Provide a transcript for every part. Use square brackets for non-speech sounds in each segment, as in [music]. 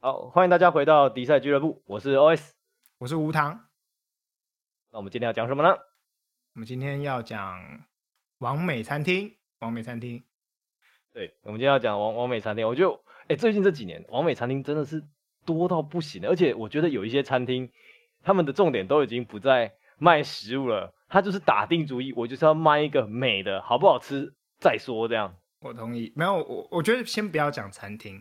好，欢迎大家回到迪赛俱乐部，我是 OS。我是吴糖。那我们今天要讲什么呢？我们今天要讲完美餐厅，完美餐厅，对，我们今天要讲王王美餐厅。我觉得，哎、最近这几年王美餐厅真的是多到不行，而且我觉得有一些餐厅，他们的重点都已经不在卖食物了，他就是打定主意，我就是要卖一个美的，好不好吃再说这样。我同意。没有，我我觉得先不要讲餐厅，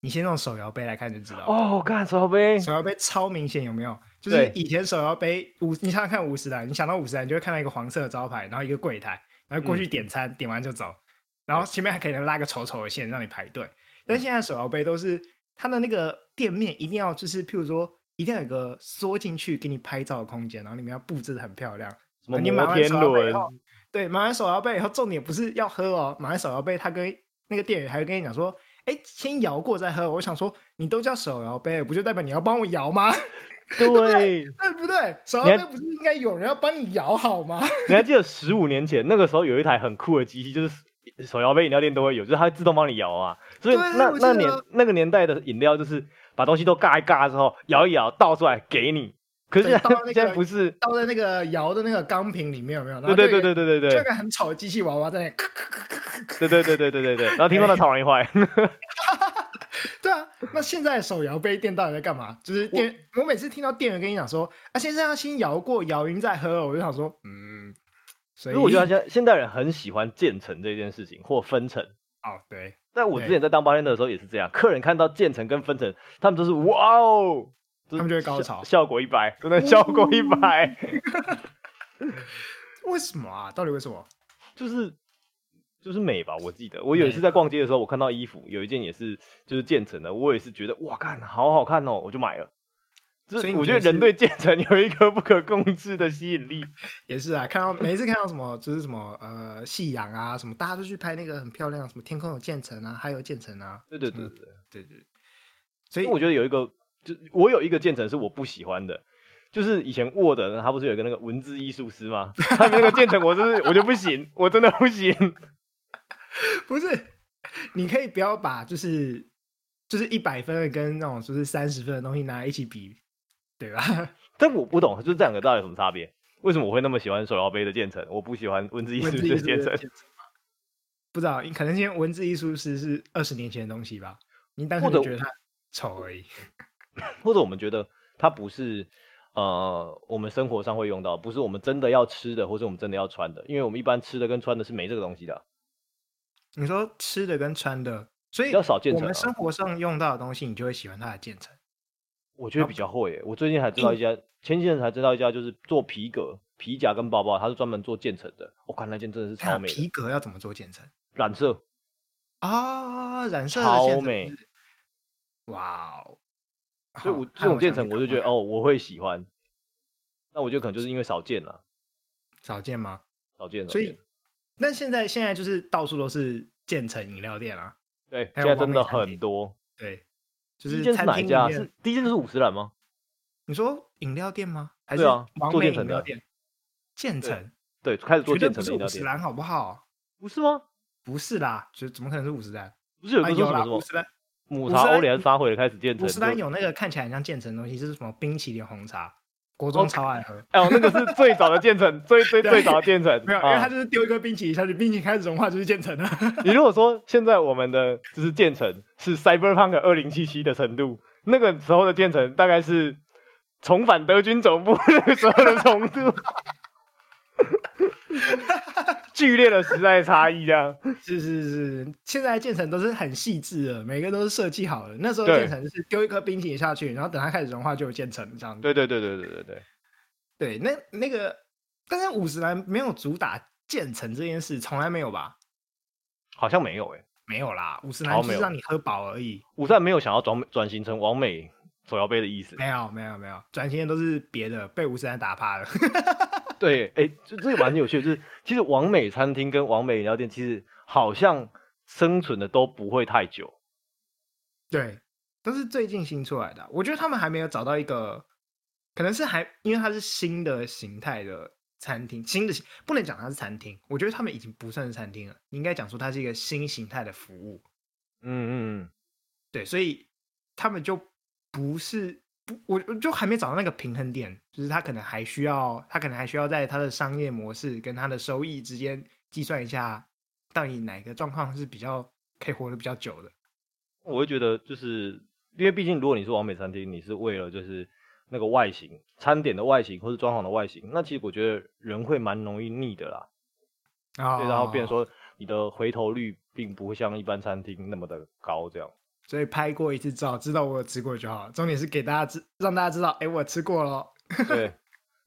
你先用手摇杯来看就知道了。哦，看手摇杯，手摇杯超明显，有没有？就是对以前手摇杯五，你想想看五十兰，你想到五十兰，你就会看到一个黄色的招牌，然后一个柜台，然嗯后过去点餐，点完就走，然后前面还可能拉个丑丑的线让你排嗯队。但现在手摇杯都是它的那个店面一定要就是，譬如说一定要有个缩进去给你拍照的空间，然后里面要布置的很漂亮。什么啊你买摩完哦天手摇杯以轮，后，对，买完手摇杯以后，重点不是要喝哦，买完手摇杯，他跟那个店员还会跟你讲说，哎，先摇过再喝。我想说，你都叫手摇杯，不就代表你要帮我摇吗？ [laughs] 对，对不对？手摇你还杯不是应该有人要帮你摇好吗？ [laughs] 你还记得十五年前那个时候有一台很酷的机器，就是手摇杯饮料店都会有，就是它会自动帮你摇啊。所以对那我记那得年那个年代的饮料就是把东西都尬一尬之后摇一摇倒出来给你。可是对现倒在到那个现在不是，倒在那个摇的那个钢瓶里面有没有？然对后对就有对对对对就有对个很丑的机器娃娃在那里 [laughs] 咳咳对对对对对对对。然后听说他吵人一坏，对啊，那现在手摇杯店到底在干嘛？就是店，我每次听到店员跟你讲说，啊，先生要先摇过，摇匀再喝，哦我就想说，嗯，所因以为 [laughs] 我觉得现在现代人很喜欢渐层这件事情或分层。哦，对，但我之对前在当八天的时候也是这样，客人看到渐层跟分层，他们都是哇哦，他们就会高潮效效果一百，真的效果一百。为什么啊？到底为什么？就是就是美吧，我记得我有一次美在逛街的时候，我看到衣服有一件也是就是渐层的，我也是觉得哇，看好好看哦，我就买了。就所是以你我觉觉得得人是对渐层有一个不可控制的吸引力。也是啊，看到每一次看到什么，就是什么呃夕阳啊，什么大家都去拍那个很漂亮，什么天空有渐层啊，还有渐层啊，对对对对，对对。所因以为我觉得有一个，就我有一个渐层是我不喜欢的，就是以前 Word 呢它不是有一个那个文字艺术师吗？ [laughs] 他那个渐层我就是我就不行，我真的不行。不是，你可以不要把就是就是一百分的跟那种就是三十分的东西拿来一起比，对吧？但我不懂，就是这两个到底有什么差别？为什么我会那么喜欢手摇杯的渐层，我不喜欢文字艺术 [laughs] 文师字艺的术渐层的？建成吗不知道，可能因为文字艺术师是二十年前的东西吧，你单纯或就者觉得它丑而已。或者我们觉得它不是呃我们生活上会用到，不是我们真的要吃的，或者我们真的要穿的，因为我们一般吃的跟穿的是没这个东西的啊。你说吃的跟穿的，所以比较少建我成们啊生活上用到的东西，你就会喜欢它的建成。我觉得比较会耶，我最近还嗯知道一家，前几天才知道一家就是做皮革、皮夹跟包包，它是专门做渐层的。我看那件真的是看超啊美皮的，革要怎么做建成染色啊？染色的建超成美，哇哦！所以我好这种渐层我就觉得，害哦，我会喜欢。那我觉得可能就是因为少见了，想少见吗？少见了。所以，那现在现在就是到处都是建成饮料店啊，对，还现在有完真美的餐很厅多。对，就第一是间是餐哪厅一里家啊？面是第一间就是五十岚吗？你说饮料店吗？还是对啊王做美建成饮料的店？建对成对，开始做绝对渐不层是的饮料五十店，兰好不好？不是吗？不是啦，就怎么可能是五十兰？不哎是有一啊个说有什么啦，什么五十兰抹五茶十欧岚联发回了开始渐层五十 [laughs] 兰就，有那个看起来很像建成的东西，是什么冰淇淋红茶？国中超爱喝，哎呦，那个是最早的渐层，最最对最早的渐 [laughs] 层。没有，因为啊它就是丢一个冰淇淋下去，冰淇淋开始融化就是建成的。 [laughs] 你如果说现在我们的就是渐层是 Cyberpunk 二零七七的程度，那个时候的渐层大概是重返德军总部 [laughs] 那个时候的程度，剧烈的时代差异这样。是是是，现在建成都是很细致的，每个都是设计好的。那时候对建成就是丢一颗冰淇淋下去，然后等它开始融化就有建成这样子。对对对对对对对，对，那那个，但是五十岚没有主打建成这件事，从来没有吧？好像没有哎、欸，没有啦，五十好岚就没是有让你喝饱而已。武赞没有想要转转型成完美手摇杯的意思。没有没有没有，转型的都是别的，被五十岚打趴了。对，哎、这这个蛮有趣的，就是其实完美餐厅跟完美饮料店其实好像生存的都不会太久。对，都是最近新出来的啊。我觉得他们还没有找到一个，可能是还因为它是新的形态的餐厅，新的形不能讲它是餐厅，我觉得他们已经不算是餐厅了，你应该讲说它是一个新形态的服务。嗯嗯嗯，对，所以他们就不是不，我我就还没找到那个平衡点，就是他可能还需要，他可能还需要在他的商业模式跟他的收益之间计算一下，到底哪个状况是比较可以活得比较久的。我会觉得就是因为毕竟如果你是完美餐厅，你是为了就是那个外形、餐点的外形或是装潢的外形，那其实我觉得人会蛮容易腻的啦。啊对，然后变成，说你的回头率并不会像一般餐厅那么的高这样。所以拍过一次照，知道我有吃过就好。重点是给大家知，让大家知道，哎，我吃过咯。对，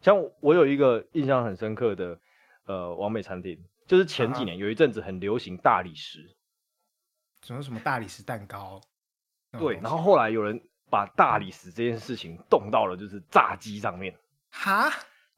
像我有一个印象很深刻的呃完美餐厅，就是前啊几年有一阵子很流行大理石，什么什么大理石蛋糕，那种对，东然西后后来有人把大理石这件事情动到了就是炸鸡上面，哈，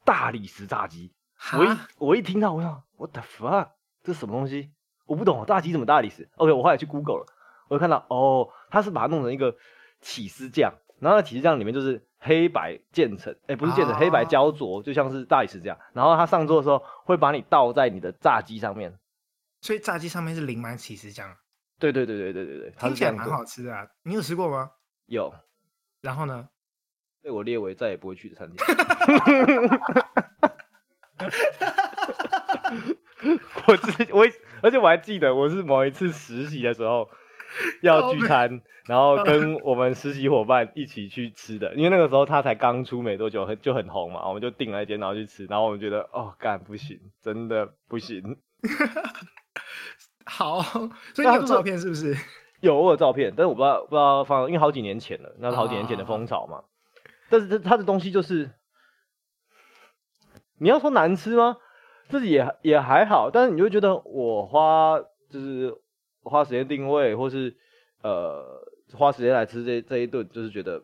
大理石炸鸡，哈我一我一听到我想 what the fuck 这是什么东西？我不懂，啊炸鸡怎么大理石？OK，我后来去 Google 了，我就看到哦，他是把它弄成一个起司酱，然后那起司酱里面就是黑白渐层，哎，不是渐层，啊黑白焦灼，就像是大理石这样。然后它上桌的时候会把你倒在你的炸鸡上面。所以炸鸡上面是淋满起司酱，对对对对对对对，它是听起这来样蛮做。好吃的、啊。你有吃过吗？有然后呢？被我列为再也不会去的餐厅。我自己，我而且我还记得，我是某一次实习的时候要聚餐，然后跟我们实习伙伴一起去吃的，因为那个时候他才刚出没多久，很就很红嘛，我们就订了一间，然后去吃，然后我们觉得哦，干不行，真的不行。好， [laughs] 所以那你它有就是照片是不是？有我有照片，但是我不知道不知道放，因为好几年前了，那是好几年前的啊风潮嘛。但是这它的东西就是，你要说难吃吗？自己也也还好，但是你就会觉得我花就是花时间定位，或是呃花时间来吃这这一顿，就是觉得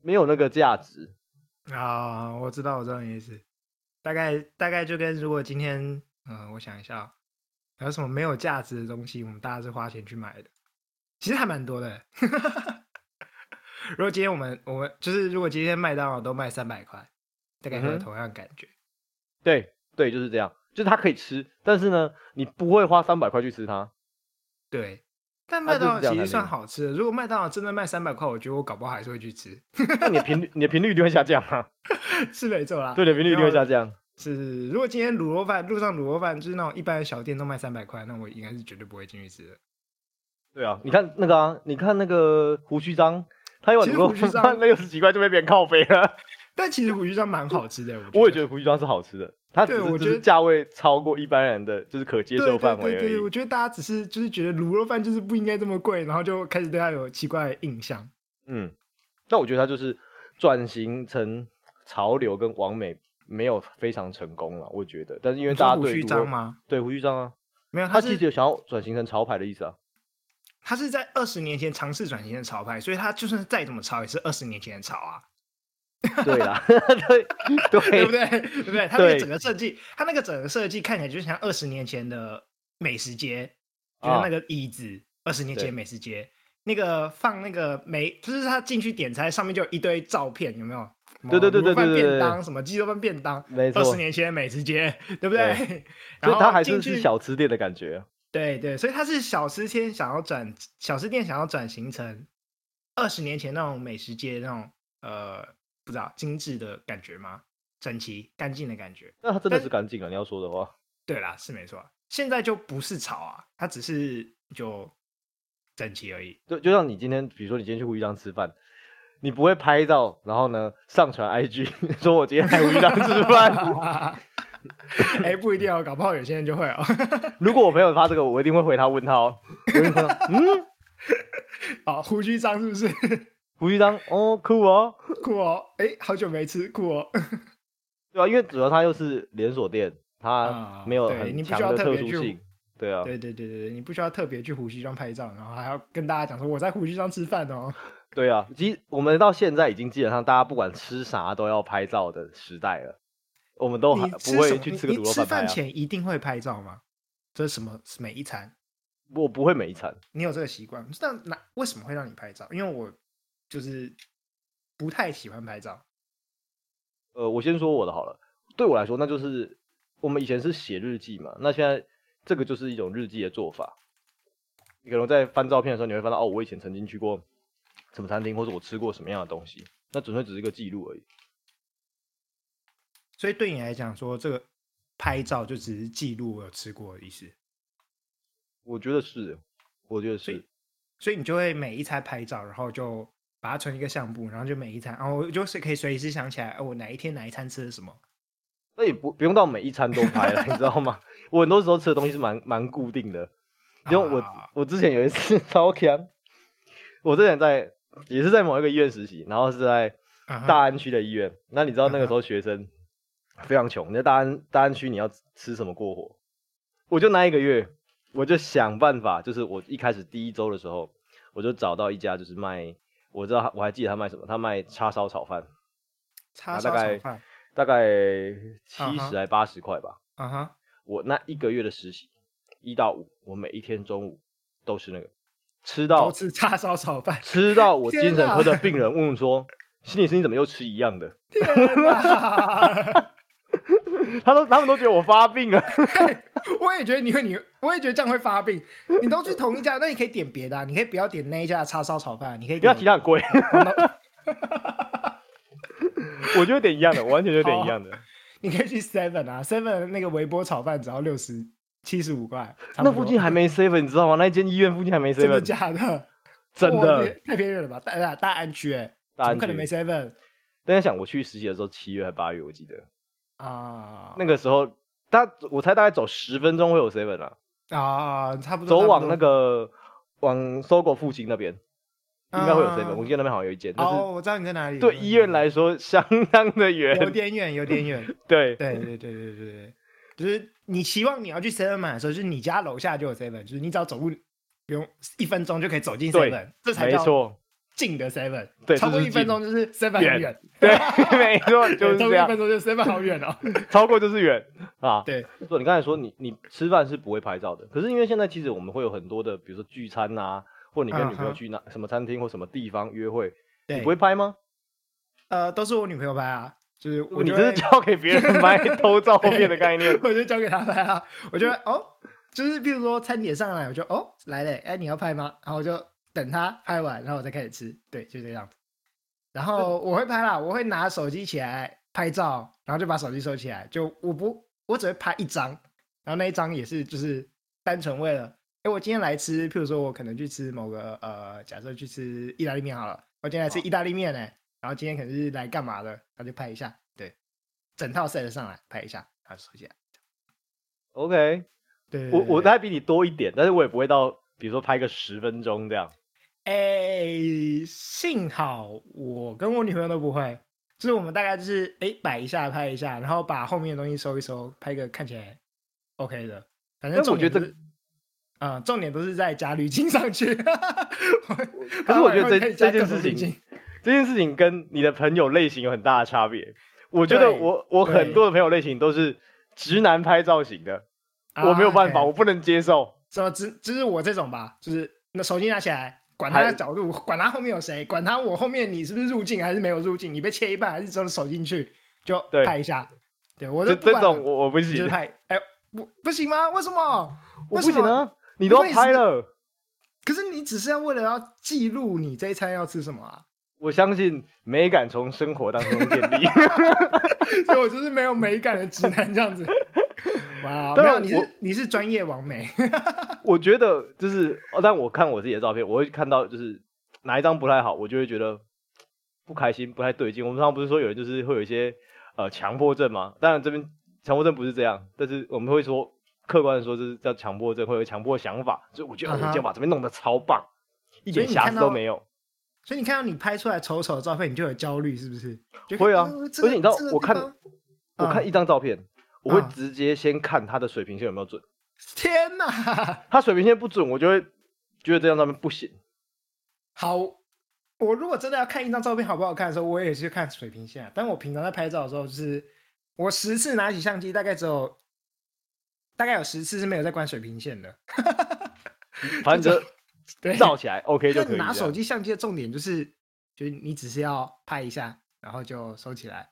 没有那个价值。啊、我知道，我知道你的意思。大概大概就跟如果今天，嗯、我想一下哦，还有什么没有价值的东西，我们大家是花钱去买的，其实还蛮多的。 [laughs] 如果今天我们我们就是如果今天麦当劳都卖三百块，大概会有嗯哼同样的感觉。对对，就是这样，就是它可以吃，但是呢，你不会花三百块去吃它。对，但它麦啊就是当劳这样其实才算灵好吃的。如果麦当劳真的卖三百块，我觉得我搞不好还是会去吃， [laughs] 那你的频率你的频率一定会下降啊，是没错啦。对，你的频率一定会然下后降。是是，是如果今天卤肉饭路上卤肉饭就是那种一般的小店都卖三百块，那我应该是绝对不会进去吃的。对啊，你看那个啊，你看那个胡须章， [laughs] 他有其很实多胡须章那六十几块就被别人靠背了。 [laughs] 但其实胡须章蛮好吃的，我我也觉得得胡须章是好吃的，它只对我是就觉是得价位超过一般人的就是可接受对对范围对而对，我已。觉得大家只是就是觉得卤肉饭就是不应该这么贵，然后就开始对它有奇怪的印象。嗯，那我觉得它就是转型成潮流跟完美没有非常成功了，我觉得。但是因为你说大家胡对须如章果？吗？对胡须章啊，没有，他他其是实有想要转型成潮牌的意思 [laughs] 啊。他是在二十年前尝试转型的潮牌，所以他就算再怎么潮也是二十年前的潮啊，对啦，对对不对对？ [laughs] 对不对？他那个对整个设计，他那个整个设计看起来就像二十年前的美食街，就是啊那个椅子，二十年对前美食街那个放那个美，就是他进去点餐上面就有一堆照片，有没有？对对对对对什么卤肉饭对对便当什么鸡肉饭便当，没错二十年前的美食街，对不 [laughs] 对？然所以后它还是进是去，小吃店的感觉。啊对对，所以它是小吃店想要转小吃店想要转型成二十年前那种美食街那种呃，不知道精致的感觉吗？整齐干净的感觉。那它真的但是干净啊，你要说的话。对啦，是没错啊。现在就不是潮啊，它只是就整齐而已。就就像你今天，比如说你今天去胡一章吃饭，你不会拍照，然后呢上传 IG [laughs] 说我今天在胡一章吃 [laughs] 饭。哎、不一定哦，搞不好有些人就会哦。如果我朋友发这个，我一定会回他问他哦，我一定会说嗯，哦，胡须章是不是胡一章哦酷哦，酷哦？哎、好久没吃酷哦。对啊，因为主要它又是连锁店，它啊没有对你很不需要强的特特别殊去性，对啊，对对对对对，你不需要特别去胡须章拍照，然后还要跟大家讲说我在胡须章吃饭哦。对啊，其实我们到现在已经基本上大家不管吃啥都要拍照的时代了，我们都还你不吃什会么去你吃个你卤肉吃饭拍饭啊，前一定会拍照吗？这是什么每一餐？我不会每一餐。你有这个习惯？那那为什么会让你拍照？因为我就是不太喜欢拍照。呃，我先说我的好了。对我来说，那就是我们以前是写日记嘛，那现在这个就是一种日记的做法。你可能在翻照片的时候，你会翻到哦，我以前曾经去过什么餐厅，或者我吃过什么样的东西，那纯粹只是一个记录而已。所以对你来讲说，这个拍照就只是记录我有吃过的意思，我觉得是，我觉得所以是，所以你就会每一餐拍照，然后就把它存一个相簿，然后就每一餐，然后我就是可以随时想起来，哦，我哪一天哪一餐吃了什么。那也不不用到每一餐都拍 [laughs] 了，你知道吗？我很多时候吃的东西是蛮蛮固定的，因为我、啊我之前有一次 [laughs] 超强，我之前在也是在某一个医院实习，然后是在啊哈大安区的医院。那你知道那个嗯时候学生非常穷，你在大安大安区你要吃什么过活？我就那一个月，我就想办法，就是我一开始第一周的时候，我就找到一家就是卖，我知道他我还记得他卖什么，他卖叉烧炒饭，叉啊烧大概炒饭，大概啊七哈十还八十块吧。啊哈，我那一个月的实习，一到五，我每一天中午都吃那个，吃都到，吃叉烧炒饭 [laughs] 吃到我天精神科哪的病人问我说：“ [laughs] 心理师你怎么又吃一样的 [laughs] 天哪？”他都他们都觉得我发病了。 [laughs] 我也觉得你会，你我也觉得这样会发病。你都去同一家，那你可以点别的、啊，你可以不要点那一家的叉烧炒饭，你可以因为点其他很 [laughs] 贵，我觉得点一样的，我完全就点一样哦的。你可以去 Seven 啊，Seven 的那个微波炒饭只要六十七十五块，差那不多附近还没 seven，你知道吗？那一间医院附近还没真的 seven，假的？真哇的。，太偏远了吧？大大大安区哎，大怎安么可能区没 Seven 但是想我去实习的时候，七月还八月，我记得啊？那个时候，他我才大概走十分钟会有 seven 啊，啊，差不多走往那个个往搜狗附近那边，应该会有 seven。我记得那边好像有一间，但啊哦，是我知道你在哪里。对医院来来说相当的有远。点远，有点远。对， [laughs] 对对对对对对，就是你期望你要去 Seven 买的时候，就是你家楼下就有 Seven，就是你只要走路不用一分钟就可以走进对 Seven，这才没叫错， [laughs] 近的 Seven。对超过这是一分近钟就是 Seven 远很远，对，没错，就是对超这过一样分，钟就是 Seven [laughs] 好远哦。超过就是远啊。对，说你刚才说你你吃饭是不会拍照的，可是因为现在其实我们会有很多的，比如说聚餐啊，或你跟女朋嗯友哼去哪、什么餐厅或什么地方约会，你对不，会拍吗？呃，都是我女朋友拍啊，就是我你就这是会交给别人拍偷照片的概念。我就交给他拍啊。我就会哦，就是譬如说餐点上来，我就哦来了，哎你要拍吗？然后我就等他拍完，然后我再开始吃，对，就这样子。然后我会拍啦，我会拿手机起来拍照，然后就把手机收起来，就我不我只会拍一张，然后那一张也是就是单纯为了。哎，我今天来吃，譬如说，我可能去吃某个呃，假设去吃意大利面好了，我今天来吃意大利面呢、然后今天可能是来干嘛的，那就拍一下，对，整套 set 上来拍一下，然后收起来。 OK，对，我我的大概比你多一点，但是我也不会到，比如说拍个十分钟这样。哎、幸好我跟我女朋友都不会，就是我们大概就是哎摆一下拍一下，然后把后面的东西收一收，拍个看起来 OK 的。反但正我重觉点得都是，啊、重点都是在加滤镜上去。 [laughs] 可可是我觉得这这件事情情，这件事情跟你的朋友类型有很大的差别。我觉得对我我对很多的朋友类型都是直男拍造型的，我没有办法，啊我不能接受。什么只只是我这种吧，就是那手机拿起来，管还他的角度，管他后面有谁，管他我后面你是不是入境还是没有入境，你被切一半还是只有手进去，就对拍一下。对我这就不这管种了我我不你就是行，拍，哎，不不行吗？为什么？我不为什行么？啊！你如都果要你拍是了，可是你只是要为了要记录你这一餐要吃什么啊，我相信美感从生活当中建 [laughs] 立。所以我就是没有美感的直男这样子。 [laughs] 哇，没当然有，你我是你是专业完美我觉得就是，哦但我看我自己的照片，我会看到就是哪一张不太好，我就会觉得不开心，不太对劲。我们常常不是说有人就是会有一些呃强迫症吗？当然这边强迫症不是这样，但是我们会说客观的说，这是叫强迫症，会有强迫想法。所以我觉得我啊哈今天把这边弄得超棒， [laughs] 一所以点你瑕看疵都到没有。所以你看到你拍出来丑丑的照片，你就有焦虑，是不是？就会啊呃而这个且你知道这个我地看方我嗯看一张照片，我会嗯直接先看他的水平线有没有准。天哪， [laughs] 他水平线不准，我就会觉得这张照片不行。好，我如果真的要看一张照片好不好看的时候，我也去看水平线啊、但我平常在拍照的时候，就是我十次拿起相机，大概只有大概有十次是没有在关水平线的。反正对，照起来 [laughs] OK 就就可以啊了。拿手机相机的重点就是，就是你只是要拍一下，然后就收起来。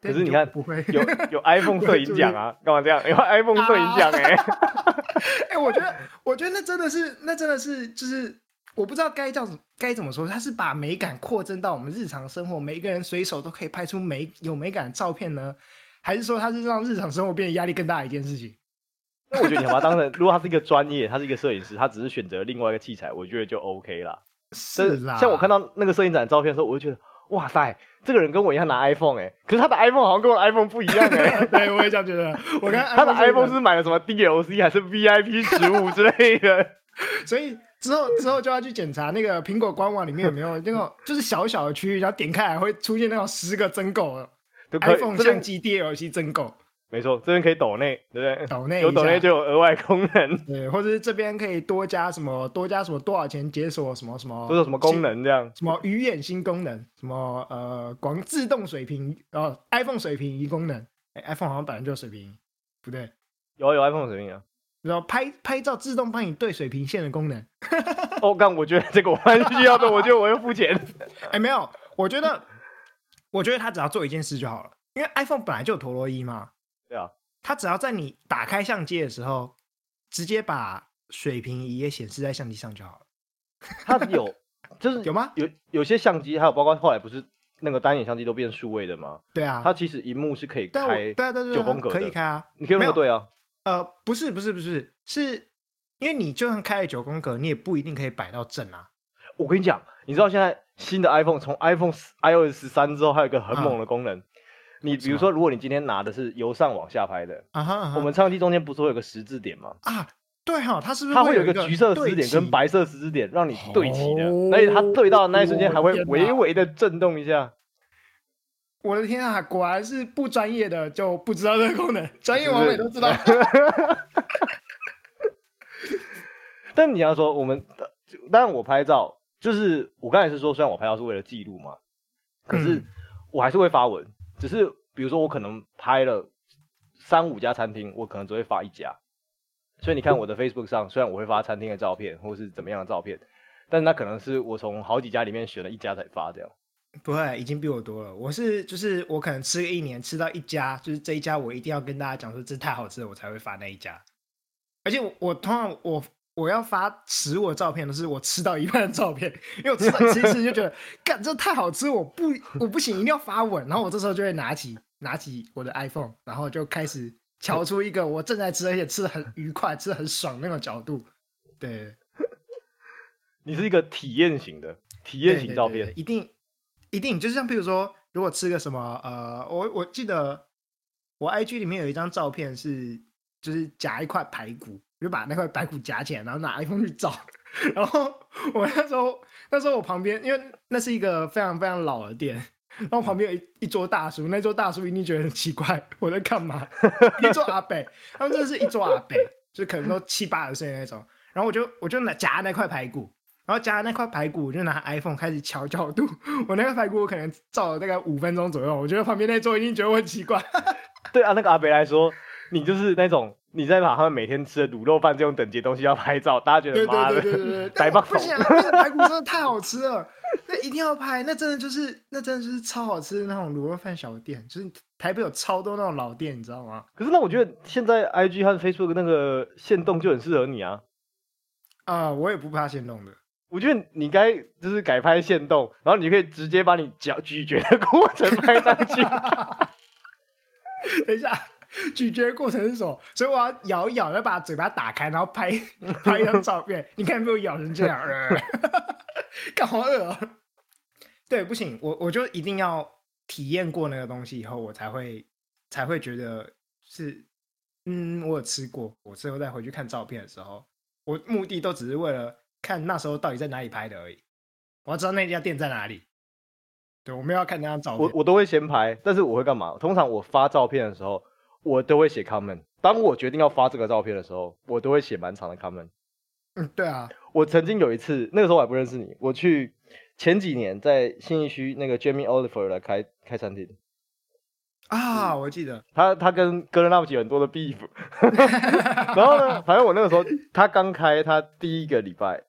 可对是你你就看不会 [laughs] 有有 iPhone 摄影奖啊，干嘛这样？有 iPhone 摄影奖哎、哎、我觉得，我觉得那真的是，那真的是，就是我不知道该叫怎该怎么说，它是把美感扩增到我们日常生活，每一个人随手都可以拍出美有美感的照片呢，还是说它是让日常生活变得压力更大的一件事情？ [laughs] 那我觉得你把它当成，如果他是一个专业，他是一个摄影师，他只是选择另外一个器材，我觉得就 OK 啦。但是啦，像我看到到那个摄影展的照片的时候，我就觉得，哇塞，这个人跟我一样拿 iPhone 哎、可是他的 iPhone 好像跟我的 iPhone 不一样哎、 [laughs] [laughs] 对，我也这样觉得。我跟 [laughs] 他的 iPhone 是。是买了什么 DLC 还是 VIP 十五之类 [laughs] 的？所以之后之后就要去检查那个苹果官网里面有没有那种就是小小的区域，然后点开来会出现那种十个增购的都可以 iPhone 这相边机 DLC 增购，没错，这边可以抖内，对不对？抖内有一抖内下就有额外功能，对，或者是这边可以多加什么多加什么多少钱解锁什么什么都有什么功能这样？什么鱼眼新功能，什么呃广自动水平哦 iPhone 水平仪功能，哎 iPhone 好像本来就有水平仪，不对，有啊有 iPhone 水平啊！然后拍拍照自动帮你对水平线的功能，哦，干，我觉得这个我蛮需要的，我觉得我要付钱。哎，没有，我觉得，我觉得他只要做一件事就好了，因为 iPhone 本来就有陀螺仪嘛。对啊，它只要在你打开相机的时候，直接把水平仪也显示在相机上就好了，它有，就是有吗？有有些相机，还有包括后来不是那个单眼相机都变数位的吗？对啊，它其实荧幕是可以但我开对，啊对啊对九啊宫格可的以开啊。你可以用没那有个对啊，呃，不是不是不是，是因为你就算开了九宫格，你也不一定可以摆到正啊。我跟你讲，你知道现在新的 iPhone 从 iPhone 10 iOS 十三之后，还有一个很嗯猛的功能。你比如说，如果你今天拿的是由上往下拍的，啊哈，啊哈我们相机中间不是会有个十字点吗？啊，对哈、它是不是它会有一一个橘色十对字点齐跟？白色十字点，让你对齐的哦，而且它对到的那一瞬间还我会的天哪微微的震动一下。我的天啊，果然是不专业的就不知道这个功能，专业是不完美是都 [laughs] 知道。但你要说我们，当然我拍照，就是我刚才是说，虽然我拍照是为了记录嘛，可是嗯我还是会发文，只是比如说我可能拍了三五家餐厅，我可能只会发一家，所以你看我的 Facebook 上，虽然我会发餐厅的照片或是怎么样的照片，但是那可能是我从好几家里面选了一家才发这样。不会，已经比我多了。我是就是我可能吃个一年，吃到一家，就是这一家我一定要跟大家讲说这太好吃了，我才会发那一家。而且我我通常我我要发食物的照片都是我吃到一半的照片，因为我吃到吃一吃就觉得干这太好吃，我不我不行，一定要发稳。然后我这时候就会拿起拿起我的 iPhone，然后就开始瞧出一个我正在吃，而且吃的很愉快、吃的很爽那种角度。对，你是一个体验型的体验对型对照对片对，一定一定，就是像譬如说，如果吃个什么呃，我我记得我 IG 里面有一张照片是，就是夹一块排骨，就把那块排骨夹起来，然后拿 iPhone 去照。 [laughs] 然后我那时候那时候我旁边，因为那是一个非常非常老的店。然后旁嗯边有一一桌大叔，那桌大叔一定觉得很奇怪，我在干嘛？ [laughs] 一桌阿北，他们真的是一桌阿北，就可能都七八十岁那种。然后我就我就拿夹那块排骨，然后夹了那块排骨，我就拿 iPhone 开始调角度。 [laughs] 我那个排骨我可能照了大概五分钟左右，我觉得旁边那桌一定觉得我很 [laughs] 奇怪。对啊，那个阿北来说，你就是那种你在把他们每天吃的卤肉饭这种等级的东西要拍照，大家觉对得妈对对的对对对，白但我棒不桶，行、啊，那个排骨真的太好吃了， [laughs] 那一定要拍，那真的就是那真的就是超好吃的那种卤肉饭小店，就是台北有超多那种老店，你知道吗？ [laughs] 可是那我觉得现在 I G 和 Facebook 那个限动就很适合你啊。啊、我也不怕现弄的。我觉得你该就是改拍限动，然后你可以直接把你嚼咀嚼的过程拍上去。 [laughs] 等一下， [laughs] 咀嚼的过程是什么？所以我要咬一咬，再把嘴巴打开，然后拍 [laughs] 拍一张照 [laughs] 片。你看被我咬成这样，呃干好饿、哦。对，不行，我我就一定要体验过那个东西以后，我才会才会觉得是，嗯，我有吃过。我之后再回去看照片的时候，我目的都只是为了看那时候到底在哪里拍的而已。我要知道那家店在哪里。对，我们要看那张照片我。我都会先拍，但是我会干嘛？通常我发照片的时候，我都会写 comment。当我决定要发这个照片的时候，我都会写蛮长的 comment。嗯，对啊，我曾经有一次，那个时候我还不认识你，我去前几年在信义区那个 Jamie Oliver 来开开餐厅，嗯啊，我记得。他他跟哥伦布有很多的 beef，然后呢，反正我那个时候他刚开，他第一个礼拜，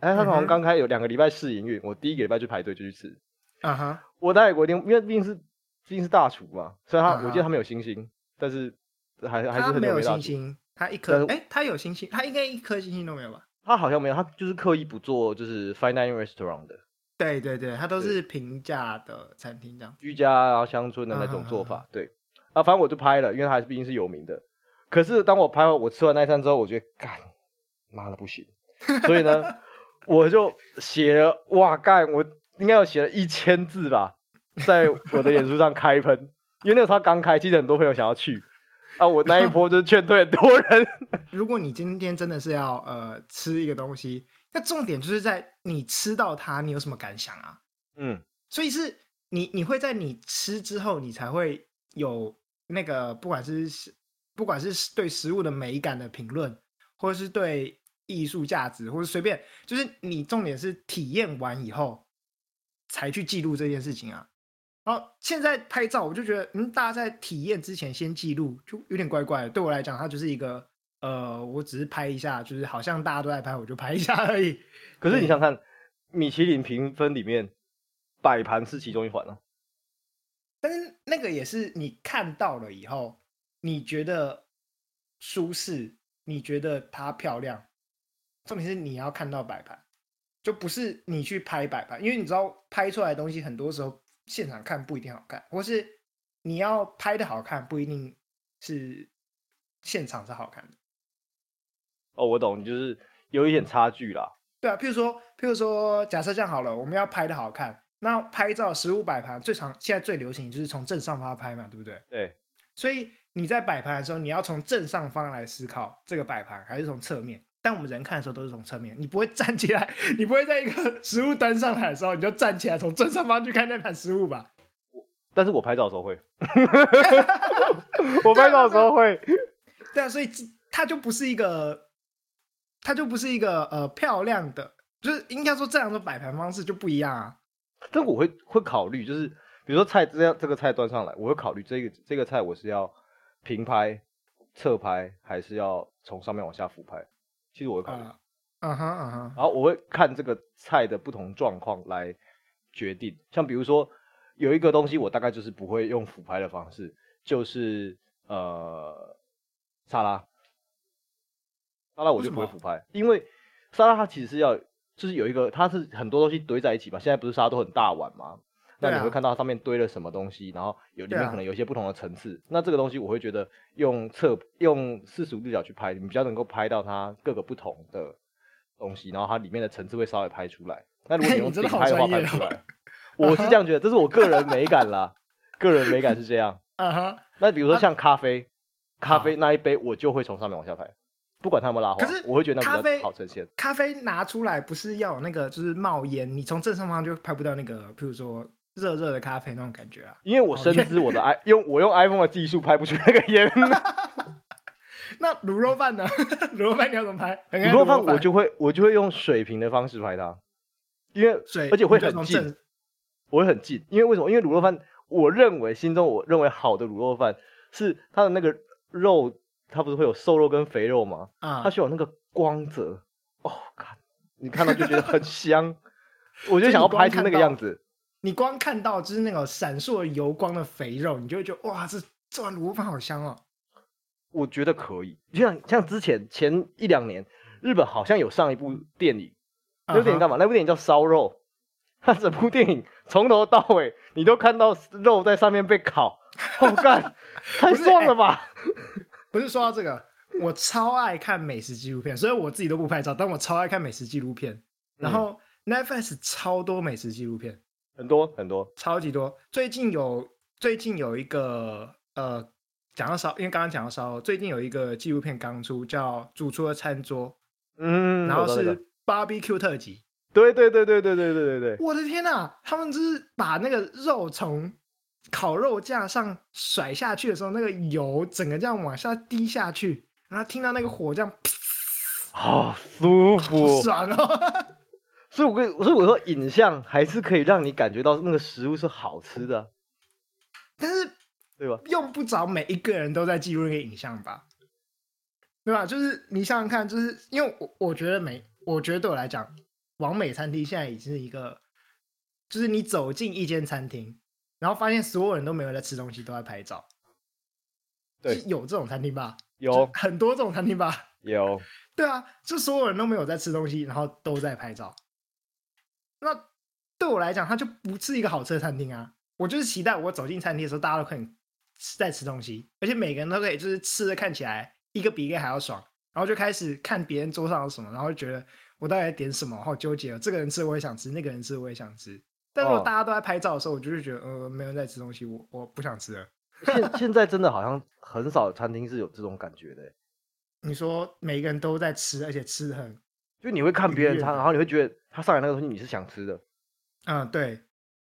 哎，他好嗯哼像刚开有两个礼拜试营运，我第一个礼拜去排队就去吃，啊哈，我在我一定因为毕竟是毕竟是大厨嘛，虽然他、嗯我记得他没有星星，但是还还是他很没有有名大星厨。星，他一但颗是哎、他有星星，他应该一颗星星都没有吧？他好像没有，他就是刻意不做就是 fine dining restaurant 的对对对，它都是平价的餐厅这样。居家啊乡村的那种做法。对，啊，反正我就拍了，因为他还是毕竟是有名的。可是当我拍完我吃完那一餐之后，我觉得干，妈的不行，所以呢，我就写了哇干，我应该有写了一千字吧，在我的脸书上开喷，因为那个时候他刚开，其实很多朋友想要去。啊，我那一波就是劝退很多人， [laughs] 如果你今天真的是要呃吃一个东西，那重点就是在你吃到它，你有什么感想啊？嗯，所以是你你会在你吃之后，你才会有那个不管是食不管是对食物的美感的评论，或者是对艺术价值，或者随便，就是你重点是体验完以后才去记录这件事情啊。然后现在拍照，我就觉得，嗯，大家在体验之前先记录，就有点怪怪的。对我来讲，它就是一个，呃，我只是拍一下，就是好像大家都在拍，我就拍一下而已。可是你想看，米其林评分里面，摆盘是其中一环啊。但是那个也是你看到了以后，你觉得舒适，你觉得它漂亮，重点是你要看到摆盘，就不是你去拍摆盘，因为你知道拍出来的东西很多时候现场看不一定好看，或是你要拍的好看不一定是现场是好看的。哦，我懂，就是有一点差距啦。对啊，譬如说，譬如说，假设这样好了，我们要拍的好看，那拍照实物摆盘最常现在最流行就是从正上方拍嘛，对不对？对，所以你在摆盘的时候，你要从正上方来思考这个摆盘，还是从侧面？但我们人看的时候都是从侧面，你不会站起来，你不会在一个 [laughs] 食物端上来的时候你就站起来从正上方去看那盘食物吧？但是我拍照的时候会，我拍照的时候会，对啊，所以这它就不是一个，它就不是一个呃漂亮的，就是应该说这两种摆盘方式就不一样啊。但我会会考虑，就是比如说菜这样这个菜端上来，我会考虑这个这个菜我是要平拍、侧拍，还是要从上面往下俯拍？其实我会考虑，啊，嗯哼嗯哼，然后我会看这个菜的不同状况来决定。像比如说有一个东西，我大概就是不会用俯拍的方式，就是呃沙拉，沙拉我就不为会什俯么拍，因为沙拉它其实是要就是有一个它是很多东西堆在一起嘛，现在不是沙拉都很大碗嘛。那对你啊会看到它上面堆了什么东西，然后有里对面啊可能有一些不同的层次。那这个东西我会觉得用侧用四十五度角去拍，你比较能够拍到它各个不同的东西，然后它里面的层次会稍微拍出来。那如果你 [laughs] 你用真顶的好拍的话，专拍业不出哦来。我是这样觉得，这是我个人美感啦，个人美感是这样。嗯哼。那比如说像咖啡，咖好啡那一杯我就会从上面往下拍，不管它有没有拉花啊可是，我会觉得那咖比啡较好呈现。咖啡拿出来不是要有那个就是冒烟，你从正上方就拍不到那个，譬如说热热的咖啡那种感觉啊。因为我哦深你知我的 i 用我用 iPhone 的技术拍不出那个 [laughs] 烟，那卤肉饭呢？ [laughs] 卤肉饭你要怎么拍？很爱卤肉饭我就会我就会用水平的方式拍它，因为水，而且会你就很从近，正我会很近，因为为什么？因为卤肉饭，我认为心中我认为好的卤肉饭是它的那个肉，它不是会有瘦肉跟肥肉吗？啊它，是有那个光泽，哦，看你看到就觉得很 [laughs] 香，我就就想你要光拍出看那个到样子。你光看到就是那种闪烁油光的肥肉，你就会觉得哇，这这碗卤肉饭好香哦。我觉得可以，就像像之前前一两年，日本好像有上一部电影，那部电影啊哈干嘛？那部电影叫《烧肉》， [laughs] 它整部电影从头到尾你都看到肉在上面被烤，我、 [laughs] 干，太不是爽哎了吧！不是说到这个，我超爱看美食纪录片，所以我自己都不拍照，但我超爱看美食纪录片。然嗯后 Netflix 超多美食纪录片，很多很多，超级多。最近有最近有一个呃，讲到烧，因为刚刚讲到烧肉，最近有一个纪录片刚出，叫《主厨的餐桌》，嗯，然我后知道那个是 barbecue 特辑。对对对对对对对对对，我的天呐、他们就是把那个肉从烤肉架上甩下去的时候，那个油整个这样往下滴下去，然后听到那嗯个火这样，好啊舒好服。 [laughs] 爽哦！所以我跟所以我说，影像还是可以让你感觉到那个食物是好吃的啊，但是对吧？用不着每一个人都在记录那个影像吧，对吧？就是你想想看，就是因为我我觉得美，我觉得对我来讲，完美餐厅现在已经是一个，就是你走进一间餐厅，然后发现所有人都没有在吃东西，都在拍照，对是有这种餐厅吧？有就很多这种餐厅吧？有，对啊，就所有人都没有在吃东西，然后都在拍照。那对我来讲，它就不是一个好吃的餐厅啊！我就是期待我走进餐厅的时候，大家都可以吃在吃东西，而且每个人都可以就是吃的看起来一个比一个还要爽，然后就开始看别人桌上有什么，然后就觉得我到底在点什么，好纠结哦！这个人吃我也想吃，那个人吃我也想吃。但如果哦大家都在拍照的时候，我就会觉得呃，没有人在吃东西，我我不想吃了。现现在真的好像很少餐厅是有这种感觉的欸，你说每个人都在吃，而且吃的很，就你会看别人愉悦餐，然后你会觉得他上来那个东西你是想吃的，嗯，对。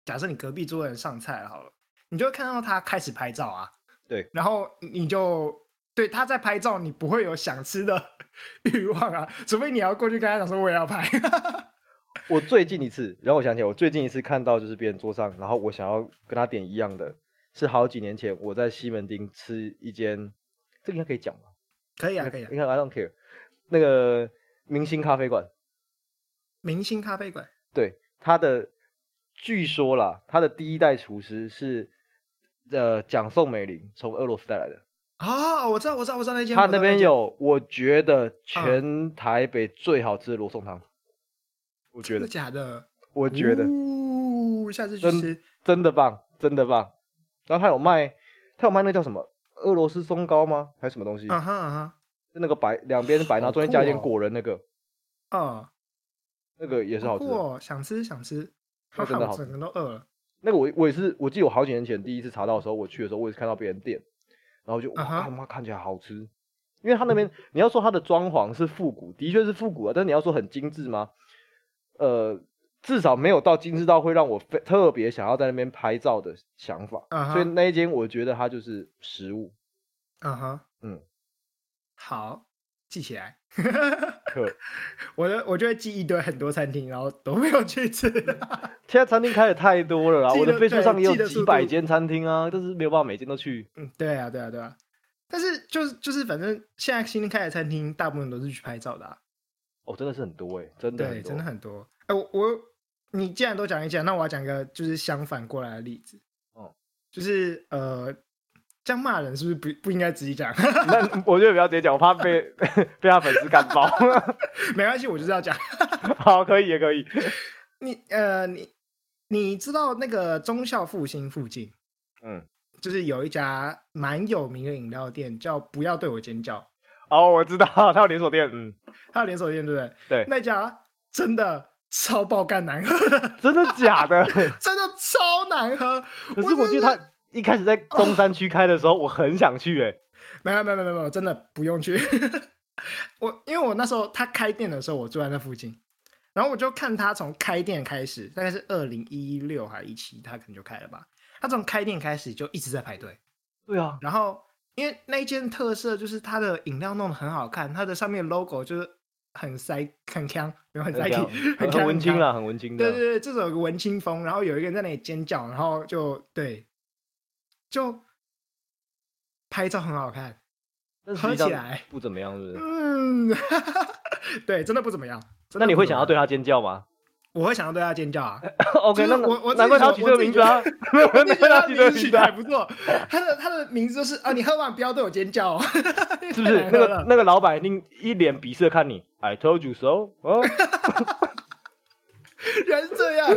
假设你隔壁桌的人上菜了好了，你就会看到他开始拍照啊。对，然后你就对他在拍照，你不会有想吃的 [laughs] 欲望啊，除非你要过去跟他讲说我也要拍。 [laughs] 我最近一次，然后我想起来，我最近一次看到就是别人桌上，然后我想要跟他点一样的，是好几年前我在西门町吃一间，这个应该可以讲吧？可以啊，应可该以啊应。该 I don't care，那个明星咖啡馆，明星咖啡馆，对他的，据说啦，他的第一代厨师是呃蒋宋美龄从俄罗斯带来的，哦，我知道，我知道，我知道那间。他我知那道边间，有我觉得全台北最好吃的罗宋汤，我觉真的得假的？我觉嗯得。呜，下次去真吃。真的棒，真的棒。然后他有卖，他有卖那叫什么俄罗斯松糕吗？还是什么东西？啊哈啊就那个白两边白，然后好中间加一点酷哦果仁那个，哈，哦，那个也是好吃酷的。哦，想吃想吃，那真的好我整个都饿了。那个我我也是，我记得我好几年前第一次查到的时候，我去的时候我也是看到别人店，然后就哇，啊哈他妈看起来好吃。因为他那嗯边你要说它的装潢是复古，的确是复古啊，但你要说很精致吗？呃，至少没有到精致到会让我非特别想要在那边拍照的想法。啊哈所以那一间我觉得它就是食物，啊哈，嗯，好，记起来。 [laughs] 可我的我就会记一堆很多餐厅，然后都没有去吃。嗯现在餐厅开的太多了啦，记我的得 Facebook 对上也有记得几速百度间餐厅啊，但是没有办法每间都去。 [laughs] 嗯，对啊，对啊，对啊。但是就是就是，反正现在新开的餐厅大部分都是去拍照的、啊，哦，真的是很多哎、真的对，很多真的很多。哎、我我你既然都讲一讲，那我要讲一个就是相反过来的例子。哦，就是呃，这样骂人是不是不不应该直接讲？ [laughs] 那我就不要直接讲，我怕被被他粉丝干爆。没关系，我就是要讲。 [laughs] 好，可以也可以。你呃，你你知道那个忠孝复兴附近，嗯，就是有一家蛮有名的饮料店，叫不要对我尖叫。哦，我知道，他有连锁店， [laughs] 嗯，他有连锁店，对不对？对那家真的超爆干难喝 [laughs] 的，真的假 [laughs] 的？真的超难喝。可是我真记得的他一开始在东山区开的时候，我很想去哎、没有没有没有没有，真的不用去。 [laughs] 我因为我那时候他开店的时候，我住在那附近，然后我就看他从开店开始，大概是二零一六还一七，他可能就开了吧。他从开店开始就一直在排队，对啊，然后因为那一间特色就是它的饮料弄得很好看，它的上面 logo 就是很塞很强，没有很塞很强啊很强很文青强啦，很文青的。对对对，这首有个文青风，然后有一个人在那里尖叫，然后就对，就拍照很好看，但是喝实际起上来，不怎么样，是不是？嗯， [laughs] 对，真的不怎么样。真那的你不会怎想么要样？对他尖叫 [laughs] 吗我会想要对他尖 [laughs] 叫啊！ ？OK，就是那我我自难己怪他觉取这个得我自己名字啊，难我就觉 [laughs] 怪得他他取名这个名字取字的啊还。不错，他的他的名字就是啊，你喝完不要对我尖叫、哦， [laughs] 是不是太难？那喝个了那个老板一定一脸鄙视的看你，I told you so，哦，人这样，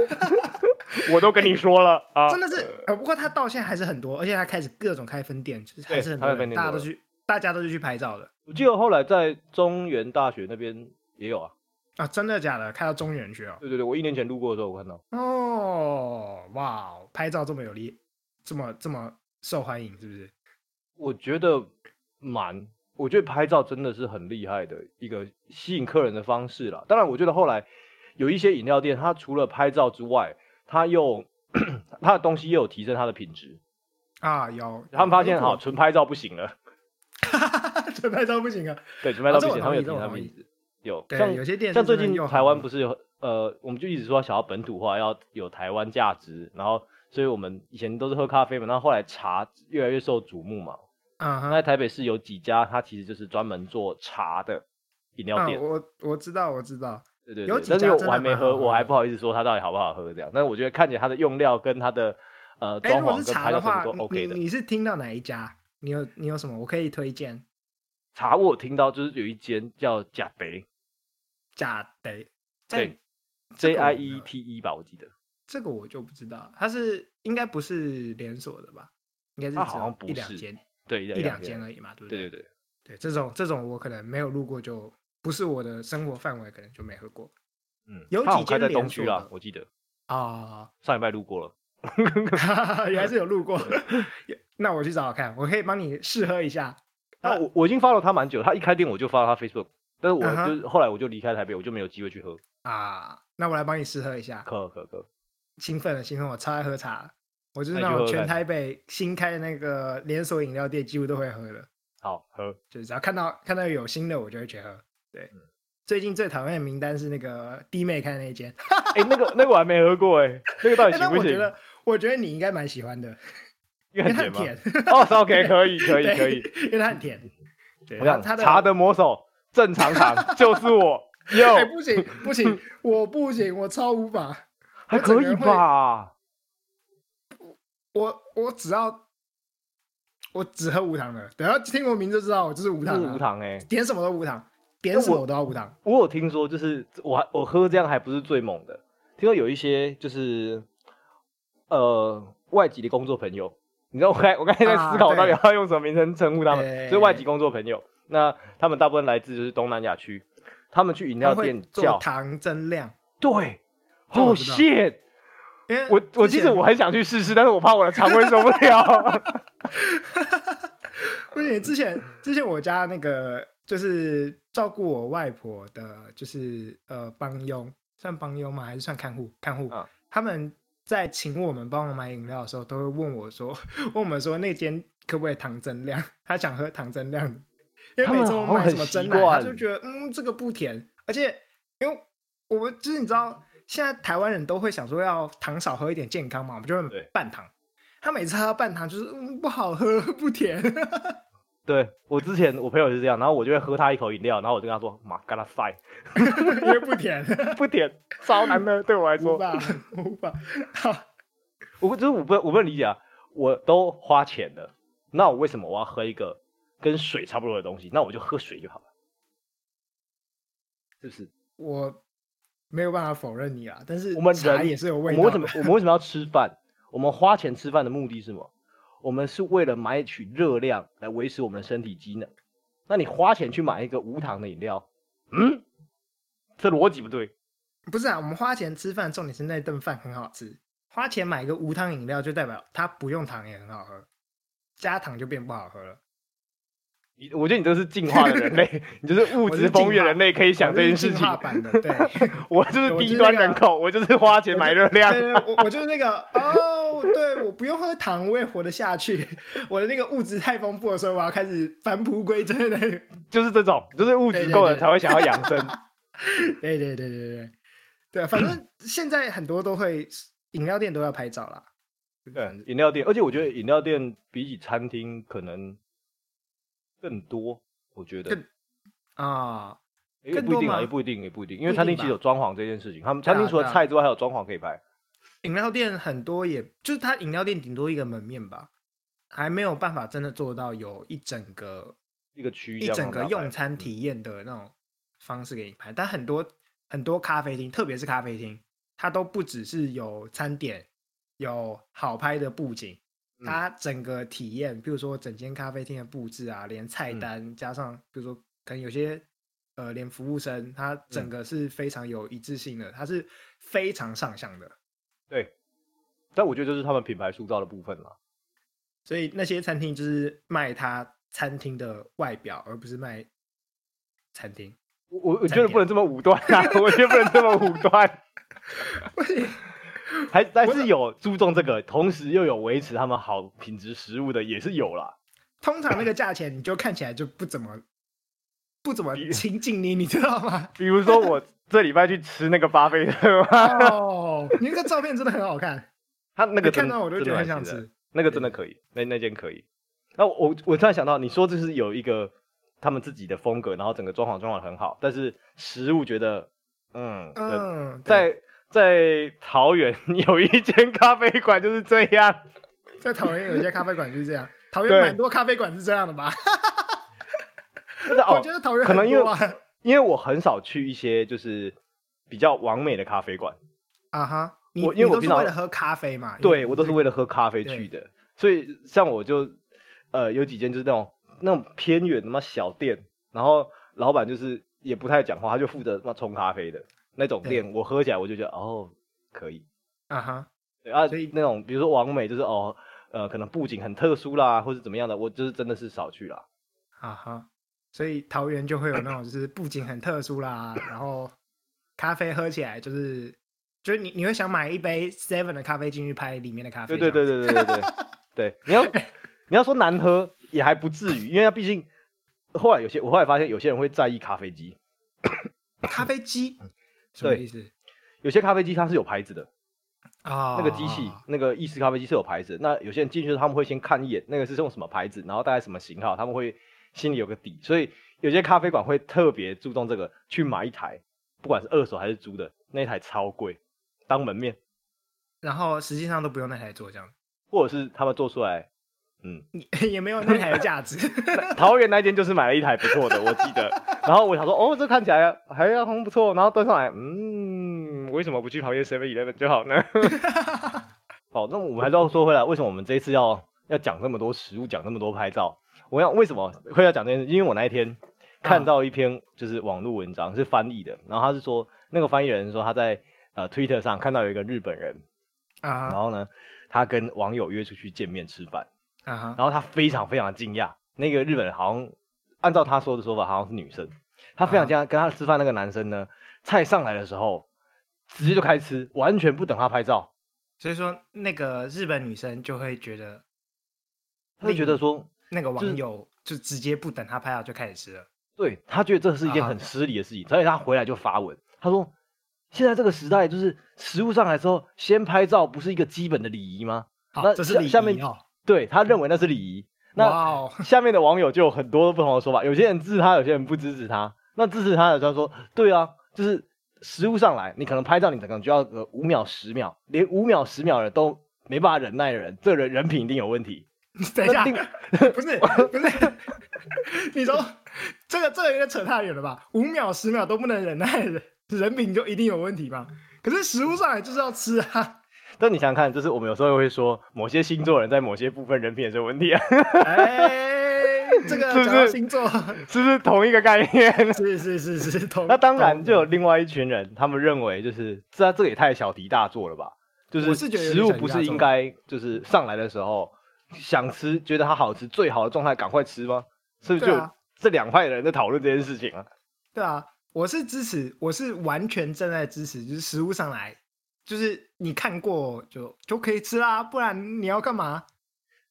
我都跟你说了啊， [laughs] 真的是。呃，不过他到现在还是很多，而且他开始各种开分店，就是还对是很他多开分店人，大家多都了去，大家都是去拍照的我记得后来在中原大学那边也有啊，啊！真的假的？开到中原去哦。对对对，我一年前路过的时候我看到，哦，哇哦，拍照这么有力，这么这么受欢迎，是不是？我觉得蛮，我觉得拍照真的是很厉害的一个吸引客人的方式啦。当然，我觉得后来有一些饮料店，它除了拍照之外，它又 [clears throat] 它的东西也有提升它的品质，啊，有他们发现好 [laughs] 好，纯拍照不行了，这拍照不行啊。对，纯拍照这不我行，他同们有提意升它这我的同品意质，有像对，有些店像是最真的近又台好湾了不是有呃，我们就一直说想要本土化，要有台湾价值，然后所以我们以前都是喝咖啡嘛，然后后来茶越来越受瞩目嘛。啊那哈在台北市有几家，它其实就是专门做茶的饮料啊，店，我我知道我知道，对对有对。几但是家因为真我的还没蛮好喝，喝我还的不好意思说它到底好不好喝这样。但是我觉得看起来它的用料跟它的呃哎，装如果潢是跟茶拍的照程话，度都你 OK 的。你是听到哪一家？你有你有什么我可以推荐？茶我有听到就是有一间叫甲北假的，在对这，J 个我 I 没有 E T E 吧，我记得这个我就不知道，它是应该不是连锁的吧？应该是它只好像有不一两是间，对，一两间间，而已嘛，对不对对对对，对，这种这种我可能没有路过就，不是我的生活范围，可能就没喝过嗯，有它好几像开在间连东区锁啦的，我记得啊。上礼拜路过了， [laughs] 原来是有路过， [laughs] 那我去找找看，我可以帮你试喝一下。那我我已经 follow 他蛮久，他一开店我就 follow 他 Facebook，但是我嗯哼就是后来我就离开台北，我就没有机会去喝，啊，那我来帮你试喝一下。可可可，兴奋了，兴奋！我超爱喝茶，我就是那你那去喝种喝全看台北新开的那个连锁饮料店几乎都会喝的，好喝，就是只要看到看到有新的我就会去喝。对，嗯最近最讨厌的名单是那个弟妹开的那间，哎、那个那个我还没喝过哎、那个到底哎行 [laughs] 那不我觉行？得我觉得你应该蛮喜欢的，因为因为很它甜很吗？甜，哦，OK，可以可以 [laughs] 对可以，，因为它很甜。 [laughs] 对，我然想后它的茶的魔手正 [laughs] 常糖就是我哟哎、不行 [laughs] 不行，我不行，我超无法。还我整可个以人会吧？我我只要我只喝无糖的，等下听我名就知道我就是无就糖是的、无糖哎、点什么都无糖，点什么我都要无糖。我有听说，就是我还我喝这样还不是最猛的，听说有一些就是呃外籍的工作朋友，你知道我刚才我刚才在啊思考我到底对要用什么名称称呼他们，对所以外籍工作朋友，那他们大部分来自就是东南亚区，他们去饮料他会店做叫糖增量，对这，Oh 我知道 shit！因为我我之其实前我很想去试试，但是我怕我的肠胃受不了。 [laughs] 不是之前之前我家那个就是照顾我外婆的，就是呃帮佣，算帮佣吗？还是算看护？看护、啊他们在请我们帮忙买饮料的时候，都会问我说， [laughs] 问我们说那间可不可以糖增量？ [laughs] 他想喝糖增量的，因他为每们次我好像买很什么习真奶，他惯就觉得嗯这个不甜，而且因为我们就是你知道，现在台湾人都会想说要糖少喝一点健康嘛，我们就会对半糖。他每次喝到半糖就是嗯不好喝 [laughs] 不甜，对我之前我朋友也是这样，然后我就会喝他一口饮料，然后我就跟他说：“妈，干他塞，因为不甜，不甜，超难的。”对我来 [laughs] 无说，法无法。好，我就是我不我不能理解啊，我都花钱了，那我为什么我要喝一个跟水差不多的东西？那我就喝水就好了，是不是？我没有办法否认你啊，但是我们茶人也是有我味们道为什的么。我们为什么要吃饭？我们花钱吃饭的目的是什么？我们是为了买取热量来维持我们的身体机能。那你花钱去买一个无糖的饮料，嗯，这逻辑不对。不是啊，我们花钱吃饭，重点是那顿饭很好吃。花钱买个无糖饮料，就代表它不用糖也很好喝，加糖就变不好喝了。你我觉得你这是进化的人类，你就是物 [laughs] 我质是丰进裕的化人类，可以想我这就件是事进情化。版的， [laughs] 对，我就是我就低是端那个人口，我就是花钱买热量。对对，对我我就是那个哦，对，我不用喝糖，我也活得下去。 [laughs] 我的那个物质太丰富了，所以我要开始返璞归真的。就是这种，就是物对质对够了对才会想要养 [laughs] 生。对对对对对对，反正现在很多都会饮料店都要拍照啦。对，饮料店，而且我觉得饮料店比起餐厅可能更多，我觉得更啊、也更不一多定啊，吗也不一定，也不一定，因不为一餐厅其定实吧有装潢这件事情，他们对餐厅啊除了对啊菜之外还有装潢可以拍。饮料店很多也，就是它饮料店顶多一个门面吧，还没有办法真的做到有一整个一个区域一这样整让个它用拍餐体验的那种方式给你拍。但很多很多咖啡厅，特别是咖啡厅，它都不只是有餐点，有好拍的布景，嗯它整个体验，比如说整间咖啡厅的布置啊，连菜嗯单、加上，比如说可能有些呃，连服务生，它整嗯个是非常有一致性的，它是非常上相的。对，但我觉得这是他们品牌塑造的部分啦。所以那些餐厅就是卖它餐厅的外表，而不是卖餐厅。 [laughs] 我我我餐觉得不点能这么武断 [laughs] 啊，我觉得不能这么武断，还但我是有注重这个，同时又有维持他们好品质食物的也是有啦。通常那个价钱你就看起来就不怎么不怎么比亲近你，你知道 [laughs] 吗？比如说我这礼拜去吃那个巴菲特嘛，哦，你那个照片真的很好看，他 [laughs] 那那个看真到我就真觉的得蛮很新想的吃。那个真的可以，那那间可以。那我我突然想到，你说就是有一个他们自己的风格，然后整个装潢装潢得很好，但是食物觉得，嗯，呃嗯，对在在桃园 [laughs] 有一间咖啡馆就是这样， [laughs] 在桃园有一些咖啡馆就是这样，桃对园蛮多咖啡馆是这样的吧？就是 [laughs] 我哦觉，得桃园可能很因为多啊因为我很少去一些就是比较完美的咖啡馆， [laughs] 啊哈，你我因为你我都是平常为了喝咖啡嘛，对你我都是为了喝咖啡去的，所以像我就呃有几间就是那种那种偏远的嘛小店，然后老板就是也不太讲话，他就负责他妈冲咖啡的那种店，我喝起来我就觉得哦可以，啊哈，对啊所以，那种比如说王美就是哦呃可能布景很特殊啦，或是怎么样的，我就是真的是少去啦。啊哈，所以桃园就会有那种就是布景很特 [laughs] 殊啦，然后咖啡喝起来就是就是你你会想买一杯 Seven 的咖啡进去拍里面的咖啡对这对样，对对对对 [laughs] 对对，你要你要说难喝也还不至于，因为它毕竟后来有些我后来发现有些人会在意咖啡机，咖啡机嗯什么对意思有些咖啡机它是有牌子的，啊？那个机器，那个意式咖啡机是有牌子的。那有些人进去，他们会先看一眼那个是用什么牌子，然后大概什么型号，他们会心里有个底。所以有些咖啡馆会特别注重这个，去买一台，不管是二手还是租的，那一台超贵，当门面，然后实际上都不用那台做这样，或者是他们做出来，嗯， [laughs] 也也没有那台的 [laughs] 价值。桃园那间就是买了一台不错的，我记得。 [laughs] 然后我想说，哦，这看起来还好像不错，哦然后端上来，嗯，为什么不去桃园 Seven Eleven 就好呢？ [laughs] 好，那我们还是要说回来，为什么我们这一次要要讲这么多食物，讲这么多拍照？我想为什么会要讲这件事？因为我那一天看到一篇就是网络文章是翻译的，然后他是说那个翻译人说他在呃 Twitter 上看到有一个日本人，然啊后呢，他跟网友约出去见面吃饭。啊哈然后他非常非常的惊讶，那个日本人好像按照他说的说法，好像是女生，他啊非常惊讶，跟他吃饭那个男生呢，菜上来的时候直接就开吃，完全不等他拍照，所以说那个日本女生就会觉得他就觉嗯得说，那个就是网友就直接不等她拍照就开始吃了。对他觉得这是一件啊很失礼的事情，所以他回来就发文，他说现在这个时代就是食物上来之后先拍照，不是一个基本的礼仪吗？好那这是下礼下面仪哦。对他认为那是礼仪，那哇哦，下面的网友就有很多不同的说法，有些人支持他，有些人不支持他。那支持他的他说，对啊，就是食物上来，你可能拍照，你可能就要个五秒、十秒，连五秒、十秒的都没办法忍耐的人，这人人品一定有问题。等一那，下定不是不是， [laughs] 你说这个这个有点扯太远了吧？五秒十秒都不能忍耐的人，人品就一定有问题吗？可是食物上来就是要吃啊！ [laughs] 但你想想看，就是我们有时候会说，某些星座人在某些部分人品也是有问题啊， [laughs] 哎，这个是不讲到是星座，是不是同一个概念？ [laughs] 是是是是，同那当然就有同另外一群人，他们认为就是这这也太小题大做了吧？就我是是觉得有食点物小题不大是做应该就是上来的时候想吃，觉得它好吃，最好的状态赶快吃吗？是不是对就啊有这两派人在讨论这件事情啊？对啊，我是支持，我是完全正在支持，就是食物上来，就是你看过就就可以吃啦，不然你要干嘛？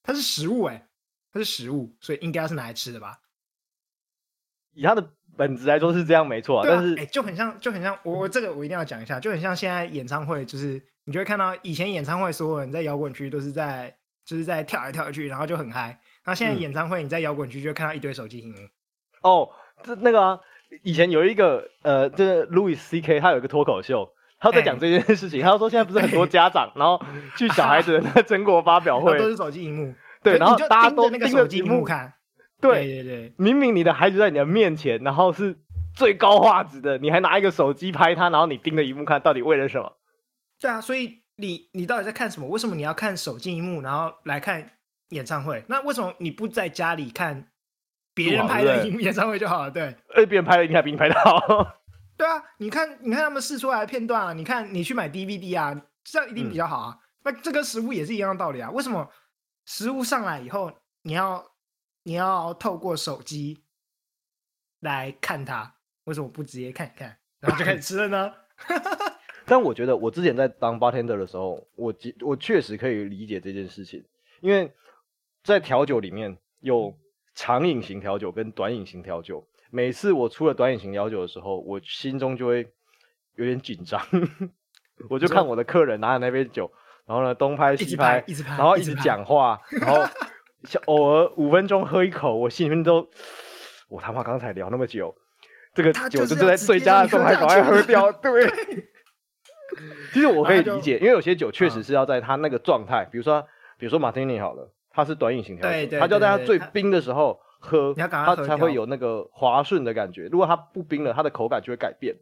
它是食物哎、它是食物，所以应该是拿来吃的吧？以它的本质来说是这样没错、啊，对啊但，哎、是就很像，就很像我我这个我一定要讲一下，就很像现在演唱会，就是你就会看到以前演唱会所有人在摇滚区都是在就是在跳来跳去，然后就很嗨。然后现在嗯演唱会你在摇滚区就会看到一堆手机屏幕，哦，这那个啊，以前有一个呃，这个 Louis C K 他有一个脱口秀。他在哎讲这件事情，他说现在不是很多家长，然后去小孩子的 [laughs] 那个成果发表然后会都，是手机屏幕，对，可然你后就大家盯着都那个盯手着机屏屏幕幕，看，对，对对，明明你的孩子在你的面前，然后是最高画质的，你还拿一个手机拍他，然后你盯着荧幕看，到底为了什么？对啊，所以你你到底在看什么？为什么你要看手机屏幕，然后来看演唱会？那为什么你不在家里看别人录好拍对的不对演唱会就好了？对。而别人拍的应该比你拍的好。对啊，你看，你看他们试出来的片段啊，你看你去买 DVD 啊，这样一定比较好啊。那这跟食物也是一样的道理啊。为什么食物上来以后，你要你要透过手机来看它？为什么不直接看一看，然后就开始吃了呢？ [laughs] 但我觉得我之前在当 bartender 的时候，我其我确实可以理解这件事情，因为在调酒里面有长饮型调酒跟短饮型调酒。每次我出了短饮型调酒的时候，我心中就会有点紧张， [laughs] 我就看我的客人拿着那杯酒，然后呢东拍 [laughs] 一直西拍，一直拍，然后一一直直拍。讲话，然后像 [laughs] 偶尔五分钟喝一口，我心里面都，我他妈刚才聊那么久，这个他酒就就是要在直最接佳让的你状喝态下赶快去喝的 [laughs] 掉。对，其实我可以然后理就解，因为有些酒确实嗯是要在它那个状态，比如说比如说马天尼好了，它是短饮型调对酒，对它就要对在它对最它冰的时候，喝，你要赶它快喝才掉会有那个滑顺的感觉。如果它不冰了，它的口感就会改变。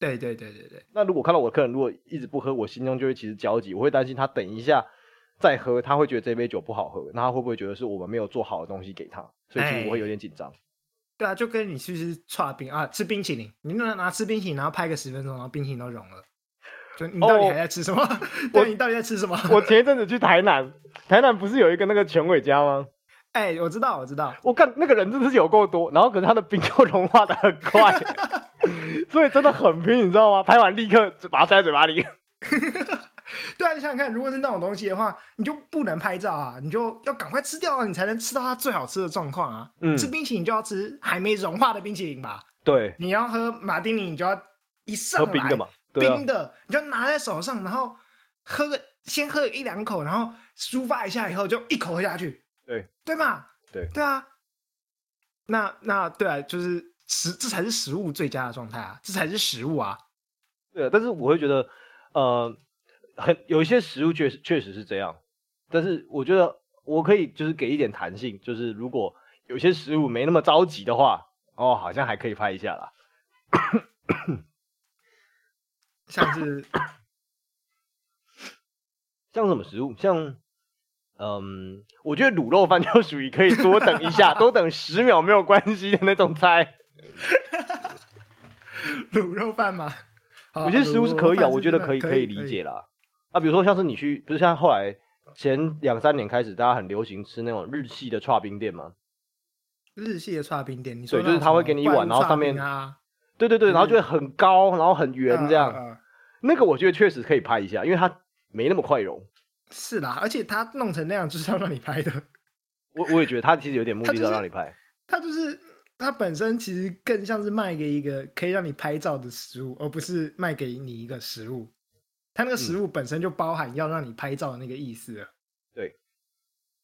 对对对对对，那如果看到我的客人如果一直不喝，我心中就会其实焦急，我会担心他等一下再喝，他会觉得这杯酒不好喝，那他会不会觉得是我们没有做好的东西给他？所以其实我会有点紧张。对啊，就跟你去吃串冰啊，吃冰淇淋，你拿拿吃冰淇淋，然后拍个十分钟，然后冰淇淋都融了，就你到底哦还在吃什么？ [laughs] 对，你到底在吃什么？我前一阵子去台南，台南不是有一个那个全伟家吗？哎、我知道，我知道， [laughs] 我看那个人真的是有够多，然后可是他的冰就融化的很 [laughs] 快，所以真的很拼，你知道吗？拍完立刻就把它塞在嘴巴里。对啊，你想想看，如果是那种东西的话，你就不能拍照啊，你就要赶快吃掉啊，你才能吃到它最好吃的状况啊。嗯吃冰淇淋就要吃还没融化的冰淇淋吧，对，你要喝马丁尼，你就要一上喝来冰的嘛，对啊冰，的，你就拿在手上，然后喝个先喝一两口，然后抒发一下，以后就一口喝下去，对对吧？对对啊，那那对啊，就是食这才是食物最佳的状态啊，这才是食物啊，对啊。但是我会觉得，呃，很有一些食物确实确实是这样，但是我觉得我可以就是给一点弹性，就是如果有些食物没那么着急的话，哦，好像还可以拍一下啦。[laughs] 像是像什么食物？像，嗯，我觉得卤肉饭就属于可以多等一 [laughs] 下，多等十秒没有关系的那种菜。卤肉饭吗？好有些食物是可以卤肉啊，饭我觉得真的可以可以理解。啦。啊，比如说像是你去，不是像后来前两三年开始，大家很流行吃那种日系的串冰店吗？日系的串冰店，你说对那就是种他会什么给你一碗罐然后上刨冰面啊，对对对，嗯然后就会很高，然后很圆这样。嗯嗯嗯那个我觉得确实可以拍一下，因为它没那么快融。是啦，而且他弄成那样就是要让你拍的，我我也觉得它其实有点目它的就要是让你拍。它就是它本身其实更像是卖给一个可以让你拍照的食物，而不是卖给你一个食物。它那个食物本身就包含要让你拍照的那个意思了。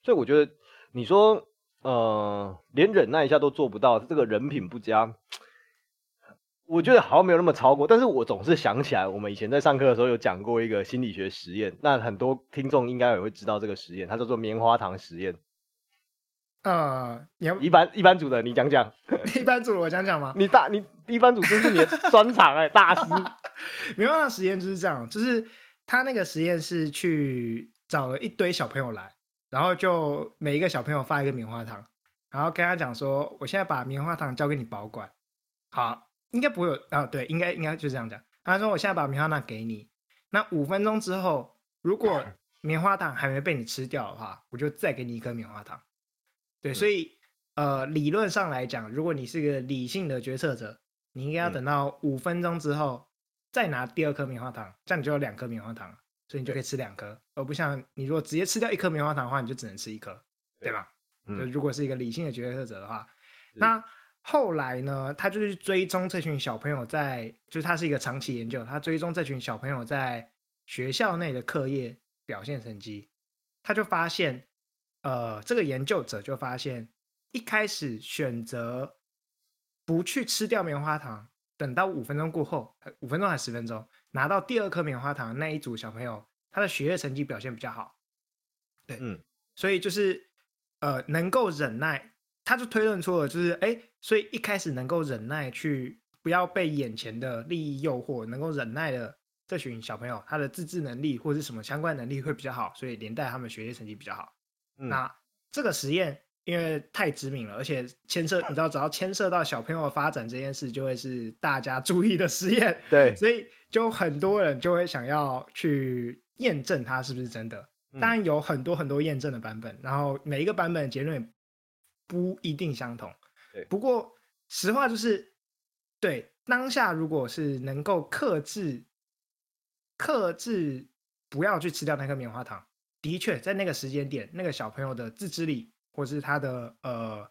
所以我觉得你说，呃，连忍耐一下都做不到，这个人品不佳，我觉得好像没有那么超过。但是我总是想起来，我们以前在上课的时候有讲过一个心理学实验，那很多听众应该也会知道这个实验，它叫做棉花糖实验。呃，你要一般一般组的，你讲讲， [laughs] 一般做我讲讲吗？你大你一般组真是你的 [laughs] 专长哎、大师。没办法，实验就是这样，就是他那个实验是去找了一堆小朋友来，然后就每一个小朋友发一个棉花糖，然后跟他讲说，我现在把棉花糖交给你保管，好，应该不会有啊，对，应该应该就这样讲。他说我现在把棉花糖给你，那五分钟之后，如果棉花糖还没被你吃掉的话，我就再给你一颗棉花糖。对，所以呃，理论上来讲，如果你是个理性的决策者，你应该要嗯等到五分钟之后再拿第二颗棉花糖，这样你就有两颗棉花糖了，所以你就可以吃两颗，而不像你如果直接吃掉一颗棉花糖的话，你就只能吃一颗，对吧？嗯就如果是一个理性的决策者的话，是那后来呢，他就是追踪这群小朋友在，就是他是一个长期研究，他追踪这群小朋友在学校内的课业表现成绩，他就发现，呃，这个研究者就发现，一开始选择不去吃掉棉花糖，等到五分钟过后，呃五分钟还是十分钟，拿到第二颗棉花糖的那一组小朋友，他的学业成绩表现比较好。对，嗯，所以就是呃，能够忍耐，他就推论出了，就是哎，诶所以一开始能够忍耐去不要被眼前的利益诱惑，能够忍耐的这群小朋友，他的自制能力或是什么相关能力会比较好，所以连带他们学业成绩比较好。嗯那这个实验因为太知名了，而且牵涉你知道，只要牵涉到小朋友的发展这件事，就会是大家注意的实验，对，所以就很多人就会想要去验证它是不是真的。嗯当然有很多很多验证的版本，然后每一个版本的结论也不一定相同对。不过实话就是，对当下如果是能够克制、克制不要去吃掉那颗棉花糖，的确在那个时间点，那个小朋友的自制力或是他的呃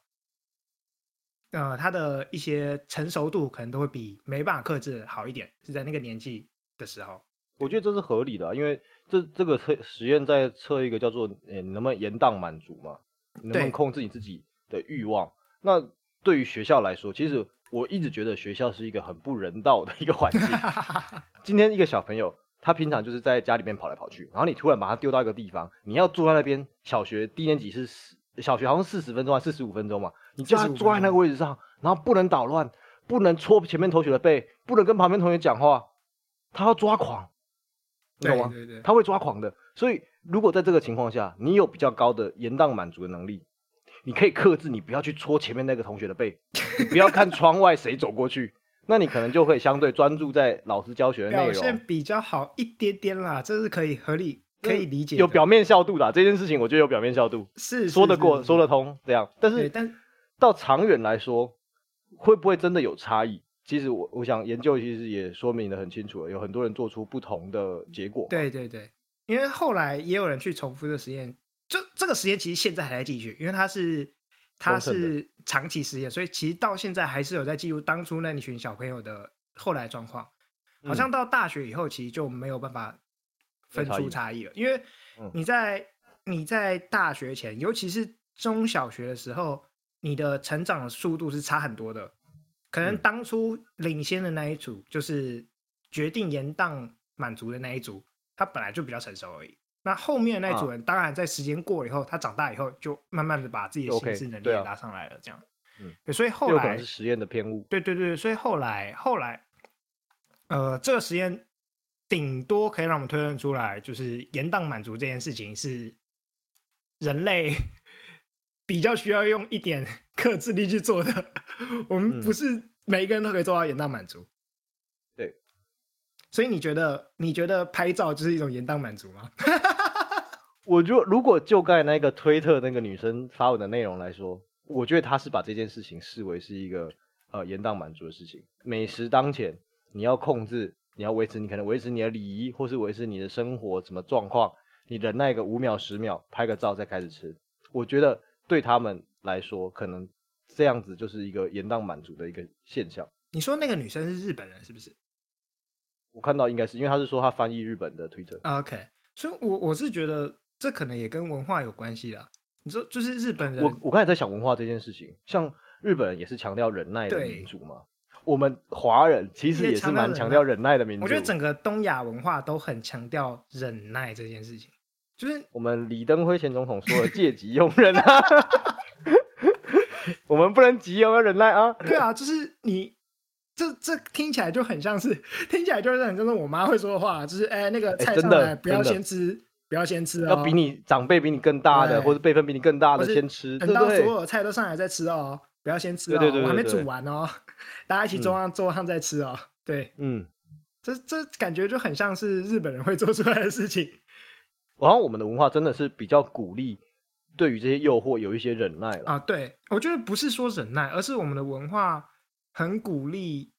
呃，他的一些成熟度可能都会比没办法克制好一点，是在那个年纪的时候。我觉得这是合理的啊、因为这这个测实验在测一个叫做呃你能不能延宕满足嘛，你能不对能控制你自己的欲望。那对于学校来说，其实我一直觉得学校是一个很不人道的一个环境。今天一个小朋友，他平常就是在家里面跑来跑去，然后你突然把他丢到一个地方，你要坐在那边，小学低年级是十小学好像四十分钟还四十五分钟嘛，你叫他45分坐在那个位置上，然后不能捣乱，不能戳前面同学的背，不能跟旁边同学讲话，他要抓狂，你对懂吗？对对，他会抓狂的。所以如果在这个情况下，你有比较高的延宕满足的能力，你可以克制，你不要去戳前面那个同学的 [laughs] 背，你不要看窗外谁走过去，那你可能就会相对专注在老师教学的内表容现。比较好一点点啦，这是可以合理可以理解的，有表面效度的、这件事情，我觉得有表面效度，是说得过，说得得通，这样。但对，是但到长远来说，会不会真的有差异？其实我我想研究其实也说明的很清楚了，有很多人做出不同的结果。，对对对，因为后来也有人去重复这个实验，就这个实验其实现在还在继续，因为它是它丰盛的是长期实验，所以其实到现在还是有在记录当初那一群小朋友的后来状况。嗯好像到大学以后，其实就没有办法分差异出了差异了，因为嗯你在你在大学前，尤其是中小学的时候，你的成长的速度是差很多的。可能嗯当初领先的那一组，就是决定延宕满足的那一组，他本来就比较成熟而已。那后面的那一组啊人，当然在时间过以后，他长大以后，就慢慢的把自己的就心 OK，智能力对也啊拉上来了，这样。嗯对，所以后有可来能是实验的偏误。对对对，所以后来后来，呃，这个实验顶多可以让我们推论出来，就是延宕满足这件事情是人类 [laughs] 比较需要用一点 [laughs] 克制力去做的。我们嗯不是每一个人都可以做到延宕满足。对，所以你觉得你觉得拍照就是一种延宕满足吗？ [laughs] 我就如果就刚才那个推特那个女生发文的内容来说，我觉得她是把这件事情视为是一个呃延宕满足的事情。美食当前，你要控制，你要维持，你可能维持你的礼仪，或是维持你的生活什么状况，你忍耐个五秒十秒，拍个照再开始吃。我觉得对他们来说，可能这样子就是一个延宕满足的一个现象。你说那个女生是日本人是不是？我看到应该是因为他是说他翻译日本的推特，啊 OK，所以我我是觉得这可能也跟文化有关系啦。你说就是日本人，我我刚才在想文化这件事情，像日本人也是强调忍耐的对民族嘛，我们华人其也实也是强调蛮忍强耐调忍耐的民族。我觉得整个东亚文化都很强调忍耐这件事情，就是我们李登辉前总统说了，借己用人啊， [laughs] 我们不能急，我们要忍耐啊。对啊，就是你这这听起来就很像是，听起来就是很像是我妈会说的话，就是哎、那个哎菜真上的来不要真的先吃，不要先吃哦，要比你长辈比你更大的，对或者辈分比你更大或的是先吃，对等不到所对？有菜都上来再吃哦，不要先吃哦，对对对我还对没对煮完哦，大家一起桌上桌上再吃哦，对，嗯，这这感觉就很像是日本人会做出来的事情。然后我们的文化真的是比较鼓励对于这些诱惑有一些忍耐了。啊，对，我觉得不是说忍耐，而是我们的文化很鼓励，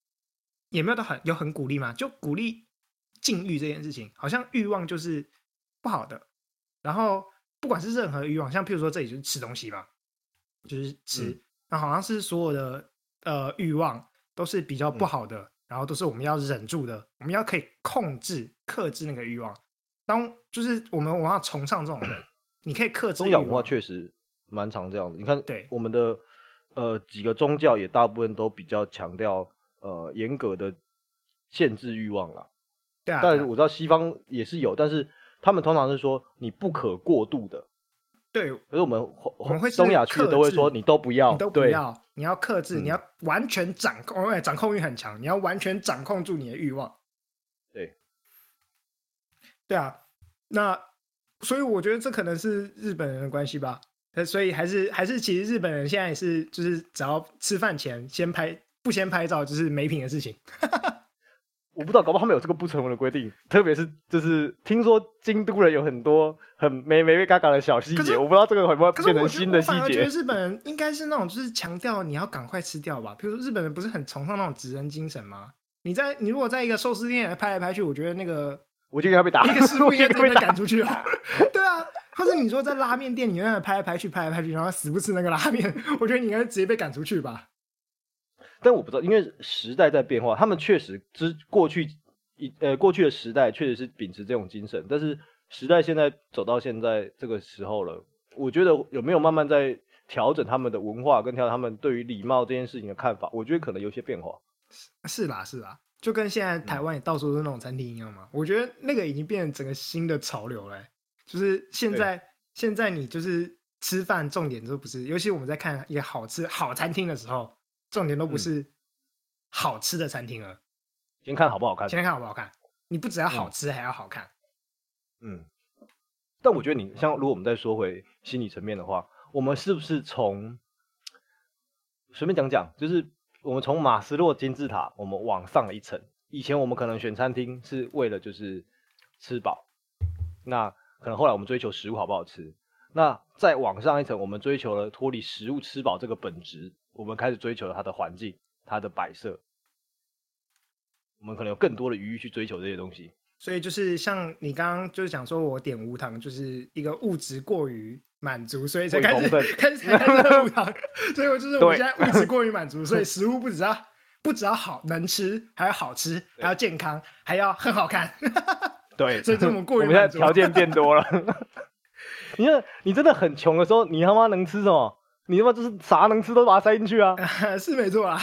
也没有到很有很鼓励嘛，就鼓励禁欲这件事情，好像欲望就是不好的。然后不管是任何欲望，像譬如说这里就是吃东西嘛，就是吃嗯，那、好像是所有的呃欲望都是比较嗯不好的，然后都是我们要忍住的，我们要可以控制、克制那个欲望。当就是我们文化崇尚这种人，你可以克制宗欲教文化望确实蛮常这样的。你看，对我们的呃几个宗教也大部分都比较强调呃严格的限制欲望啦。对啊，对但啊我知道西方也是有，但是他们通常是说你不可过度的。对可是我们我们会是东亚区的都会说克制你都不要，你都不哦对，要，你要克制，你嗯要完全掌控，哎，掌控欲很强，你要完全掌控住你的欲望。对，对啊，那所以我觉得这可能是日本人的关系吧。呃所以还是还是，其实日本人现在也是，就是只要吃饭前先拍，不先拍照就是没品的事情。我不知道，搞不好他们有这个不成文的规定，特别是就是听说京都人有很多很没没没嘎嘎的小细可是节，我不知道这个有没有可是变我成觉得新我的细反而觉节得。日本人应该是那种就是强调你要赶快吃掉吧。比如说日本人不是很崇尚那种职人精神吗？你在你如果在一个寿司店拍来拍去，我觉得那个我就应该被打， [laughs] 一个师傅我就应该应该真的被被打。赶出去啊！ [laughs] 对啊，或者你说在拉面店里面拍来拍去，拍来拍去，然后死不吃那个拉面， [laughs] 我觉得你应该直接被赶出去吧？但我不知道，因为时代在变化，他们确实之过去一呃过去的时代确实是秉持这种精神，但是时代现在走到现在这个时候了，我觉得有没有慢慢在调整他们的文化跟调整他们对于礼貌这件事情的看法，我觉得可能有些变化。是啦，是啦，就跟现在台湾也到处都是那种餐厅一样嘛。我觉得那个已经变成整个新的潮流了欸、就是现在现在你就是吃饭重点都不是，尤其我们在看一个好吃好餐厅的时候，重点都不嗯是好吃的餐厅了，先看好不好看。先看好不好看。你不只要好吃，还要好看。嗯，但我觉得你像，如果我们再说回心理层面的话，我们是不是从随便讲讲，就是我们从马斯洛金字塔，我们往上了一层。以前我们可能选餐厅是为了就是吃饱，那可能后来我们追求食物好不好吃。那再往上一层，我们追求了脱离食物吃饱这个本质，我们开始追求了它的环境、它的摆设，我们可能有更多的余裕去追求这些东西。所以就是像你刚刚就是讲说，我点无糖就是一个物质过于满足，所以才过于开丰盛始 [laughs] 开始才开始喝无糖。所以我就是我对现在物质过于满足， [laughs] 所以食物不只要不只要好能吃，还要好吃，还要健康，还要很好看。 [laughs] 对，所以这种过于我们现在满足条件变多 [laughs] 了。你看，你真的很穷的时候，你他妈能吃什么？你他妈就是啥能吃都把它塞进去 [laughs] 啊！是没错啊。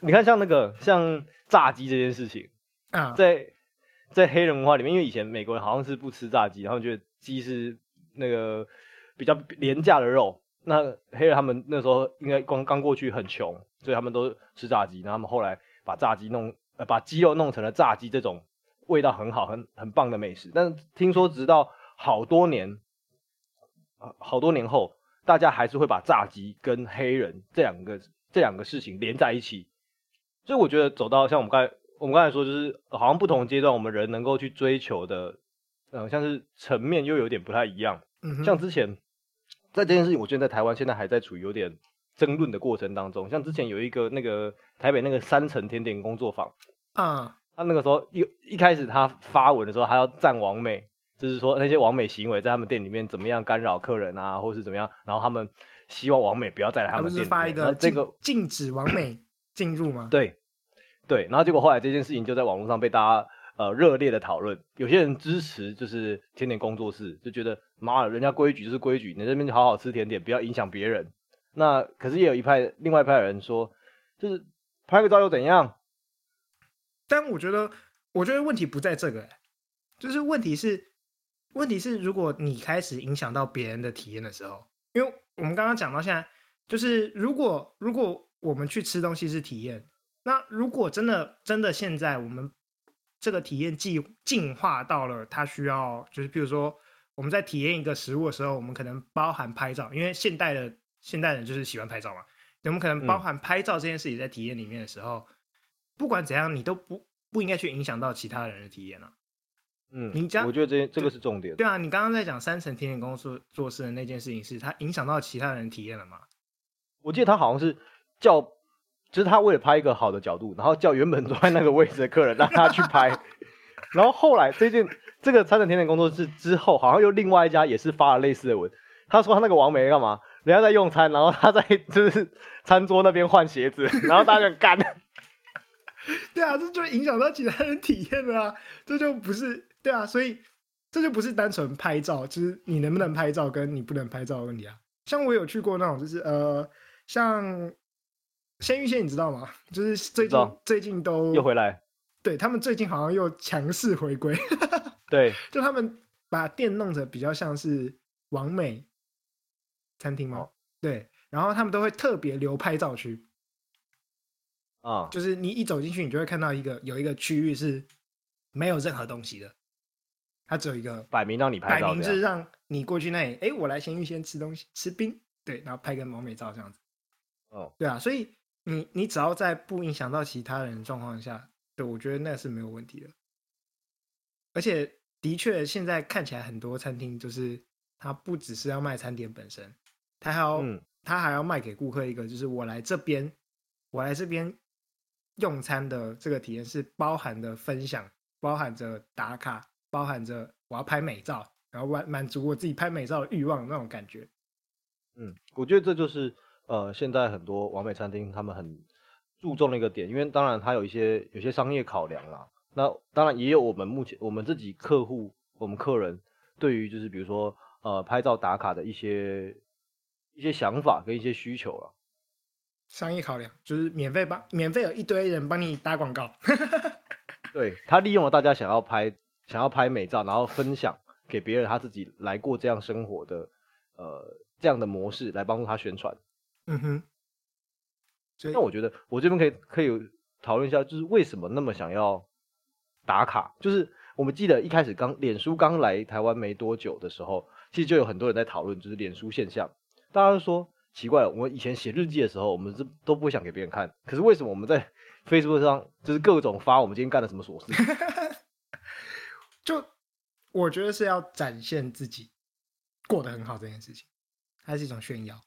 你看，像那个像炸鸡这件事情，啊，在在黑人文化里面，因为以前美国人好像是不吃炸鸡，然后觉得鸡是那个比较廉价的肉。那黑人他们那时候应该刚刚过去很穷，所以他们都吃炸鸡。然后他们后来把炸鸡弄呃把鸡肉弄成了炸鸡这种味道很好很很棒的美食。但是听说直到好多年，呃好多年后，大家还是会把炸鸡跟黑人这两个这两个事情连在一起。所以我觉得走到像我们刚才我们刚才说，就是好像不同阶段我们人能够去追求的，呃，像是层面又有点不太一样。嗯哼像之前在这件事情，我觉得在台湾现在还在处于有点争论的过程当中。像之前有一个那个台北那个三层甜点工作坊，啊，他那个时候一一开始他发文的时候，他要赞王美，就是说那些王美行为在他们店里面怎么样干扰客人啊，或是怎么样，然后他们希望王美不要再来他他不们店是里发一面。那个这禁个禁止完美进入吗？对，对，然后结果后来这件事情就在网络上被大家呃热烈的讨论，有些人支持就是甜点工作室，就觉得妈的，人家规矩就是规矩，你这边好好吃甜点，不要影响别人。那可是也有一派另外一派的人说，就是拍个照又怎样？但我觉得，我觉得问题不在这个、欸，就是问题是，问题是如果你开始影响到别人的体验的时候，因为我们刚刚讲到现在，就是如果如果我们去吃东西是体验，那如果真的真的现在我们这个体验进进化到了它需要，就是比如说我们在体验一个食物的时候，我们可能包含拍照，因为现代的现代人就是喜欢拍照嘛，我们可能包嗯含拍照这件事情在体验里面的时候，不管怎样，你都不不应该去影响到其他人的体验啊。嗯，你讲我觉得这这个是重点。对啊，你刚刚在讲三层甜点工作做事的那件事情是，它影响到其他人体验了嘛？我记得他好像是叫，就是他为了拍一个好的角度，然后叫原本坐在那个位置的客人让他去拍， [laughs] 然后后来这件这个餐饮甜点工作室之后，好像又另外一家也是发了类似的文，他说他那个王梅干嘛？人家在用餐，然后他在就是餐桌那边换鞋子，然后大家就干。 [laughs] 对啊，这就影响到其他人体验了啊，这就不是对啊，所以这就不是单纯拍照，就是你能不能拍照跟你不能拍照的问题啊。像我有去过那种，就是呃，像鲜芋仙，你知道吗？就是最知近道最近都又回来，对他们最近好像又强势回归，对，就他们把店弄得比较像是完美餐厅嘛哦，对，然后他们都会特别留拍照区，啊、就是你一走进去，你就会看到一个有一个区域是没有任何东西的，它只有一个摆明让你拍摆照明就这是样。让你过去那里，哎，我来先预先吃东西吃冰，对，然后拍个完美照这样子。哦，对啊，所以你你只要在不影响到其他人的状况下，对我觉得那是没有问题的。而且的确，现在看起来很多餐厅就是它不只是要卖餐点本身，它还要、嗯它还要卖给顾客一个，就是我来这边，我来这边用餐的这个体验是包含的分享，包含着打卡，包含着我要拍美照，然后满满足我自己拍美照的欲望那种感觉。嗯，我觉得这就是呃，现在很多完美餐厅他们很注重的一个点，因为当然它有一些有些商业考量啦。那当然也有我们目前我们自己客户、我们客人对于就是比如说呃拍照打卡的一些一些想法跟一些需求了。商业考量，就是免费帮免费有一堆人帮你打广告。对，他利用了大家想要拍想要拍美照，然后分享给别人他自己来过这样生活的呃这样的模式来帮助他宣传。嗯哼，所以那我觉得我这边可以可以讨论一下，就是为什么那么想要打卡？就是我们记得一开始刚脸书刚来台湾没多久的时候，其实就有很多人在讨论，就是脸书现象。大家都说奇怪，我们以前写日记的时候，我们是都不会想给别人看，可是为什么我们在 Facebook 上就是各种发我们今天干了什么琐事？ [laughs] 就我觉得是要展现自己过得很好这件事情，它是一种炫耀，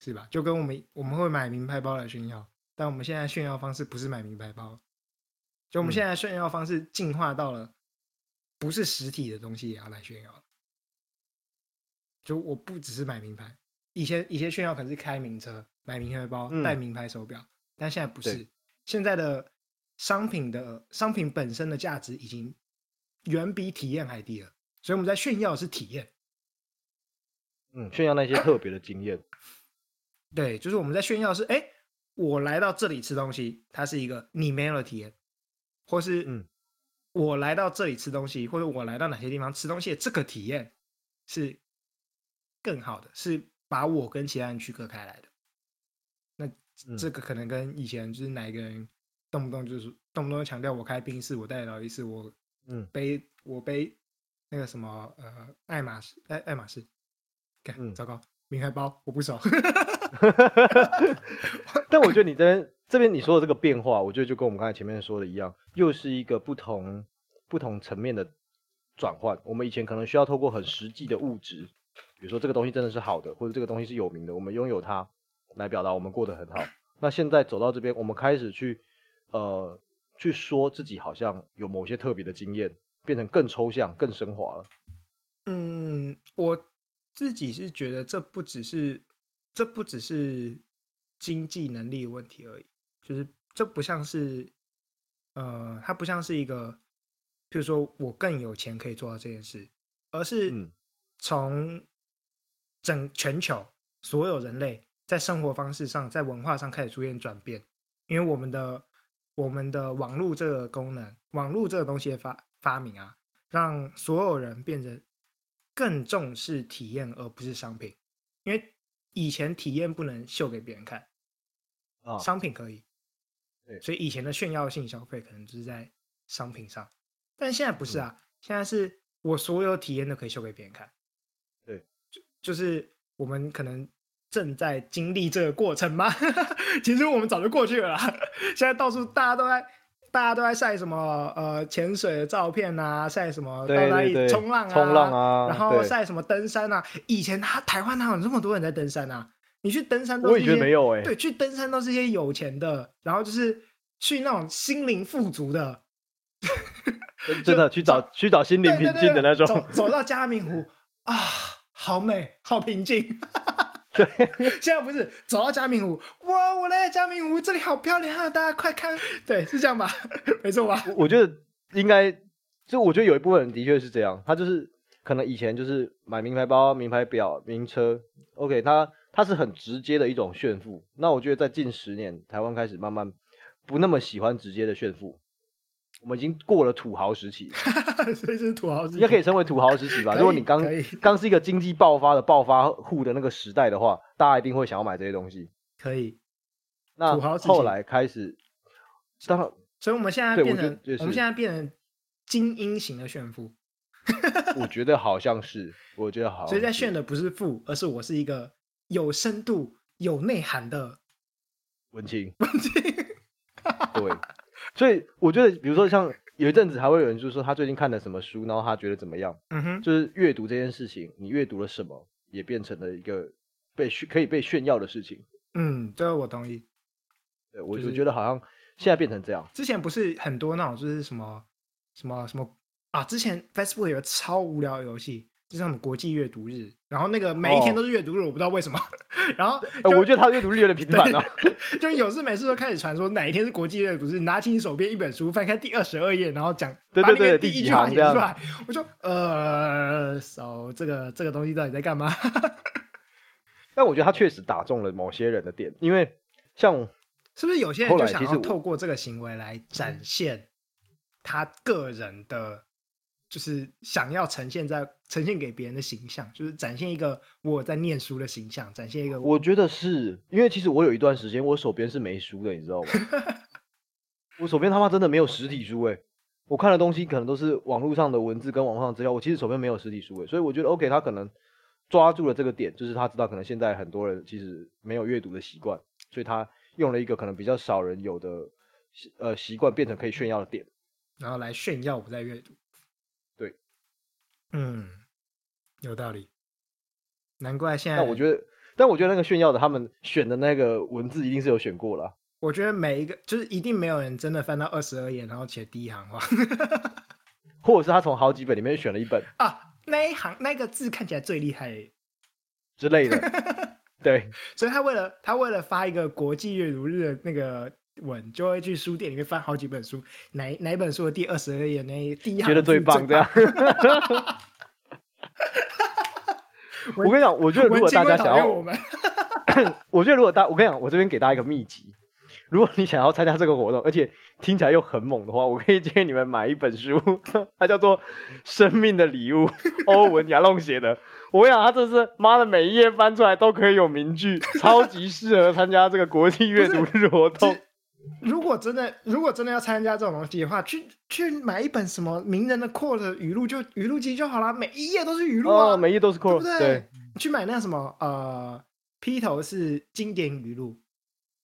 是吧？就跟我们我们会买名牌包来炫耀，但我们现在炫耀方式不是买名牌包，就我们嗯现在炫耀方式进化到了不是实体的东西也要来炫耀了，就我不只是买名牌，以前以前炫耀可能是开名车、买名牌包、嗯戴名牌手表，但现在不对是，现在的商品的商品本身的价值已经远比体验还低了，所以我们在炫耀的是体验。嗯，炫耀那些特别的经验。对，就是我们在炫耀是，哎，我来到这里吃东西，它是一个你没有的体验，或是嗯我来到这里吃东西，或者我来到哪些地方吃东西的这个体验是更好的，是把我跟其他人区隔开来的。那嗯这个可能跟以前就是哪一个人动不动就是动不动就强调我开宾士，我带劳力士，我嗯背我背那个什么呃爱马仕爱爱马仕，看、嗯糟糕，名牌包我不熟。 [laughs] 但我觉得你这边这边你说的这个变化，我觉得就跟我们刚才前面说的一样，又是一个不同不同层面的转换。我们以前可能需要透过很实际的物质，比如说这个东西真的是好的，或者这个东西是有名的，我们拥有它来表达我们过得很好。那现在走到这边，我们开始去呃去说自己好像有某些特别的经验，变成更抽象、更升华了。嗯，我自己是觉得这不只是这不只是经济能力的问题而已，就是这不像是呃，它不像是一个，譬如说我更有钱可以做到这件事，而是嗯从整全球所有人类在生活方式上、在文化上开始出现转变，因为我们的我们的网络这个功能，网络这个东西的发发明啊，让所有人变得更重视体验而不是商品，因为以前体验不能秀给别人看，啊，商品可以，对所以以前的炫耀性消费可能就是在商品上，但现在不嗯是啊，现在是我所有体验都可以秀给别人看，对，就就是我们可能正在经历这个过程吗？ [laughs] 其实我们早就过去了啦，现在到处大家都在。大家都在晒什么呃潜水的照片啊，晒什么到对哪对里对，冲浪啊，冲浪啊，然后对晒什么登山啊？以前他台湾哪有那么多人在登山啊？你去登山都我也是一觉得些没有哎、对，去登山都是一些有钱的，然后就是去那种心灵富足的，真真的去找去找心灵对平对静对的那对，种。走走到嘉明湖啊，好美，好平静。 [laughs] 对， [laughs] 现在不是走到嘉明湖，哇，我来到嘉明湖，这里好漂亮啊，大家快看，对，是这样吧？ [laughs] 没错吧？我觉得应该，就我觉得有一部分人的确是这样，他就是可能以前就是买名牌包、名牌表、名车，OK，他他是很直接的一种炫富。那我觉得在近十年，台湾开始慢慢不那么喜欢直接的炫富，我们已经过了土豪时期，所以是土豪之应该可以以称为土豪时期吧。 [laughs] 可以如果你刚可以刚是一个经济爆发的暴发户的那个时代的话，大家一定会想要买这些东西。可以，那土豪时期后来开始，当然所以我们现在对变我觉成得也我们是现在变成精英型的炫富。我觉得好像是，我觉得好像所以在是炫的不是富，而是我是一个有深度、有内涵的。文青，文青，对，所以我觉得，比如说像有一阵子还会有人就是说他最近看了什么书，然后他觉得怎么样，嗯哼，就是阅读这件事情，你阅读了什么，也变成了一个被炫可以被炫耀的事情。嗯，这个我同意。对我就是我觉得好像现在变成这样，之前不是很多那种就是什么什么什么啊，之前 Facebook 有个超无聊的游戏，就是什么国际阅读日，然后那个每一天哦都是阅读日，我不知道为什么。 [laughs] 然后哎、我觉得他阅读力有点频繁 [laughs] 啊。就有事没事就开始传说哪一天是国际阅读日，拿起你手边一本书，翻开第二十二页，然后讲对把对那对个第第一几句话行写这样出来，我就呃，手这个这个东西到底在干嘛？但我觉得他确实打中了某些人的点，因为像是不是有些人后就来想其实嗯要我透过这个行为来展现他个人的就是想要呈现在呈现给别人的形象，就是展现一个我有在念书的形象，展现一个我觉得是因为其实我有一段时间我手边是没书的，你知道吗？我手边他妈真的没有实体书哎、我看的东西可能都是网络上的文字跟网络上的资料，我其实手边没有实体书哎、所以我觉得 OK，他可能抓住了这个点，就是他知道可能现在很多人其实没有阅读的习惯，所以他用了一个可能比较少人有的习呃习惯变成可以炫耀的点。然后来炫耀我在阅读。对，嗯，有道理。难怪现在但我觉得，但我觉得那个炫耀的他们选的那个文字一定是有选过了。我觉得每一个就是一定没有人真的翻到二十二页，然后写第一行话 [laughs] 或者是他从好几本里面选了一本啊，那一行那个字看起来最厉害耶，之类的。对，所以他为了他为了发一个国际阅读日的那个文，就会去书店里面翻好几本书，哪一哪一本书的第二十二页那一第一行 [laughs] 觉得字最棒 [laughs] 这样。我跟你讲，我觉得如文果青大会家讨想厌要，我们我觉得如果大，我跟你讲，我这边给大家一个秘籍，如果你想要参加这个活动，而且听起来又很猛的话，我可以建议你们买一本书，它叫做《生命的礼物》，欧文亚龙写的。我跟你讲，他这是妈的，每一页翻出来都可以有名句，超级适合参加这个国际阅读日活动。如果真的如果真的要参加这种东西的话，去去买一本什么名人的 quote 语录就语录集就好啦，每一页都是语录啊，哦，每一页都是对 core，不对？对，你去买那什么呃披头是经典语录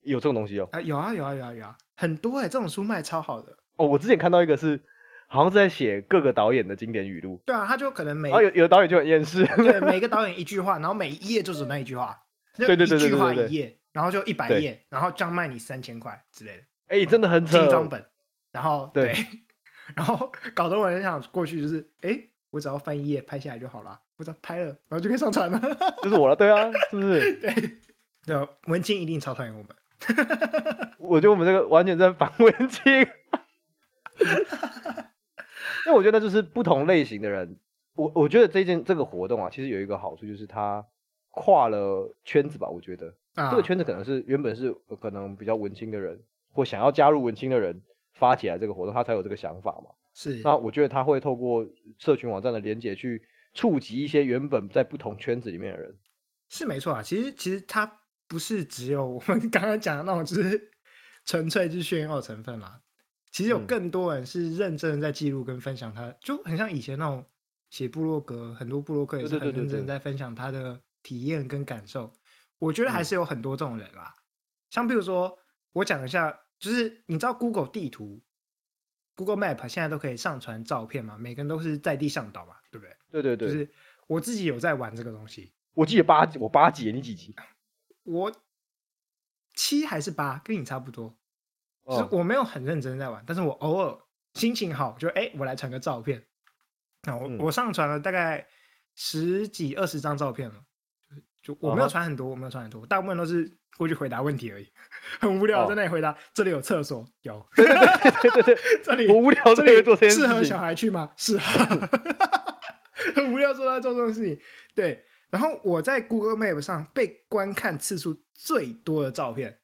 有这种东西哦。啊，有啊有啊有啊有啊，很多哎、这种书卖超好的。哦，我之前看到一个是，好像是在写各个导演的经典语录，对啊，他就可能每、然后有有的导演就很厌世， [laughs] 对每个导演一句话，然后每一页就只有那一句话，就对对对一句对对话对一页，然后就一百对页，然后这样卖你三千块之类的 [laughs] 哎、真的很扯精。装本，然后对对然后搞得我很想过去，就是哎，我只要翻一页拍下来就好了，我只要拍了，然后就可以上传了。 [laughs] 就是我了，对啊，是不是？对，对啊，文青一定超讨厌我们。我觉得我们这个完全在反文 [laughs] 青，因为我觉得就是不同类型的人，我我觉得这件这个活动啊，其实有一个好处就是它跨了圈子吧，我觉得啊，这个圈子可能是原本是呃可能比较文青的人或想要加入文青的人发起来这个活动，他才有这个想法嘛。是那我觉得他会透过社群网站的连接去触及一些原本在不同圈子里面的人。是没错啊。其实其实它不是只有我们 [laughs] 刚刚讲的那种，就是 [laughs] 纯粹就是炫耀成分啦。其实有嗯更多人是认真的在记录跟分享他，就很像以前那种写部落格，很多部落客也对是对很对对认真对地在分享他的体验跟感受。我觉得还嗯是有很多这种人啦。像比如说，我讲一下，就是你知道 Google 地图、Google Map 现在都可以上传照片嘛，每个人都是在地向导嘛，对不对？对对对，就是我自己有在玩这个东西，我记得八集，我八集，你几集？我七还是八，跟你差不多。就是哦，我没有很认真在玩，但是我偶尔心情好，就哎、我来传个照片。那我、嗯我上传了大概十几二十张照片了，就就我没啊有哈传很多，我没有传很多，大部分都是过去回答问题而已， [laughs] 很无聊，哦在那里回答。这里有厕所， [laughs] 有。对对对，这里我无聊这这个做这件里适合事小情。孩去吗？适 [laughs] 合，很无聊说他做这种事情。对，然后我在 Google Map 上被观看次数最多的照片，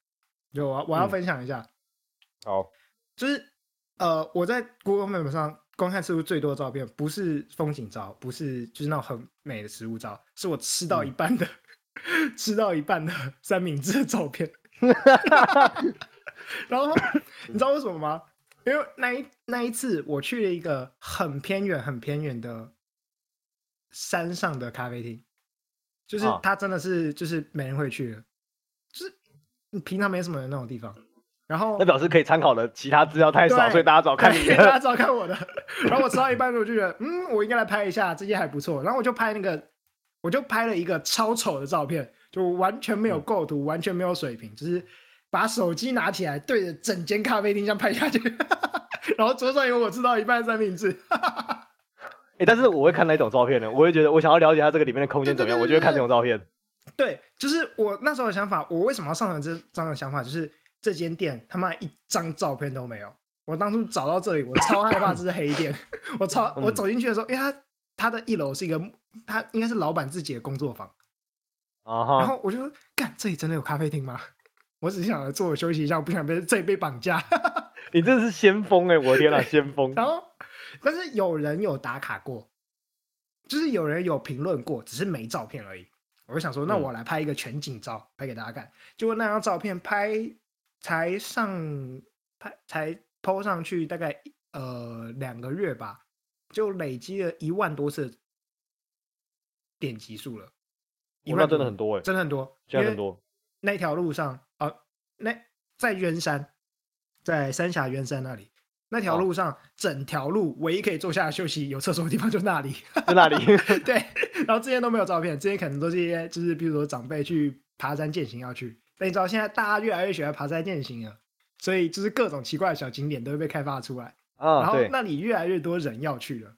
有啊，我要嗯分享一下，好，就是呃，我在 Google Map 上观看次数最多的照片，不是风景照，不是就是那种很美的食物照，是我吃到一半的、 [laughs] 吃到一半的三明治的照片。 [laughs] 然后你知道为什么吗？因为那一那一次我去了一个很偏远、很偏远的山上的咖啡厅，就是啊它真的是就是没人会去的，就是你平常没什么人那种地方。然后那表示可以参考的其他资料太少，对所以大家找看你对大家的。找看我的。 [laughs] 然后我吃到一半，我就觉得，嗯，我应该来拍一下，这些还不错。然后我就拍那个，我就拍了一个超丑的照片，就完全嗯没有构图，完全没有水平，就是把手机拿起来对着整间咖啡厅这样拍下去。 [laughs] 然后桌上有我吃到一半的三明治，哎，但是我会看那种照片的，我会觉得我想要了解它这个里面的空间怎么样，对我对就对会看这种照片。对，就是我那时候的想法，我为什么要上传这张的想法，就是这间店他妈一张照片都没有。我当初找到这里，我超害怕这是黑店， [laughs] 我超我嗯走进去的时候，因为他他的一楼是一个他应该是老板自己的工作坊，啊然哈，后我就说干这里真的有咖啡厅吗？ [laughs] 我只是想坐着休息一下，我不想被这里被绑架。 [laughs] [laughs] 你真的是先锋哎！我的天呐，先锋！然后但是有人有打卡过，就是有人有评论过，只是没照片而已。我就想说，那嗯我来拍一个全景照，拍给大家看。结果那张照片拍才上拍才 PO 上去，大概一呃两个月吧，就累积了一万多次点击数了。一哦万那真的多很多哎、真的很多，现在因很为多。那条路上啊、呃那在渊山，在三峡渊山那里，那条哦路上、整条路唯一可以坐下来休息、有厕所的地方就 [laughs] 那里。在 [laughs] 哪里？对，然后之前都没有照片，之前可能都是一些就是比如说长辈去爬山健行要去，但你知道现在大家越来越喜欢爬山健行了，所以就是各种奇怪的小景点都会被开发出来，然啊，后对，那里越来越多人要去了，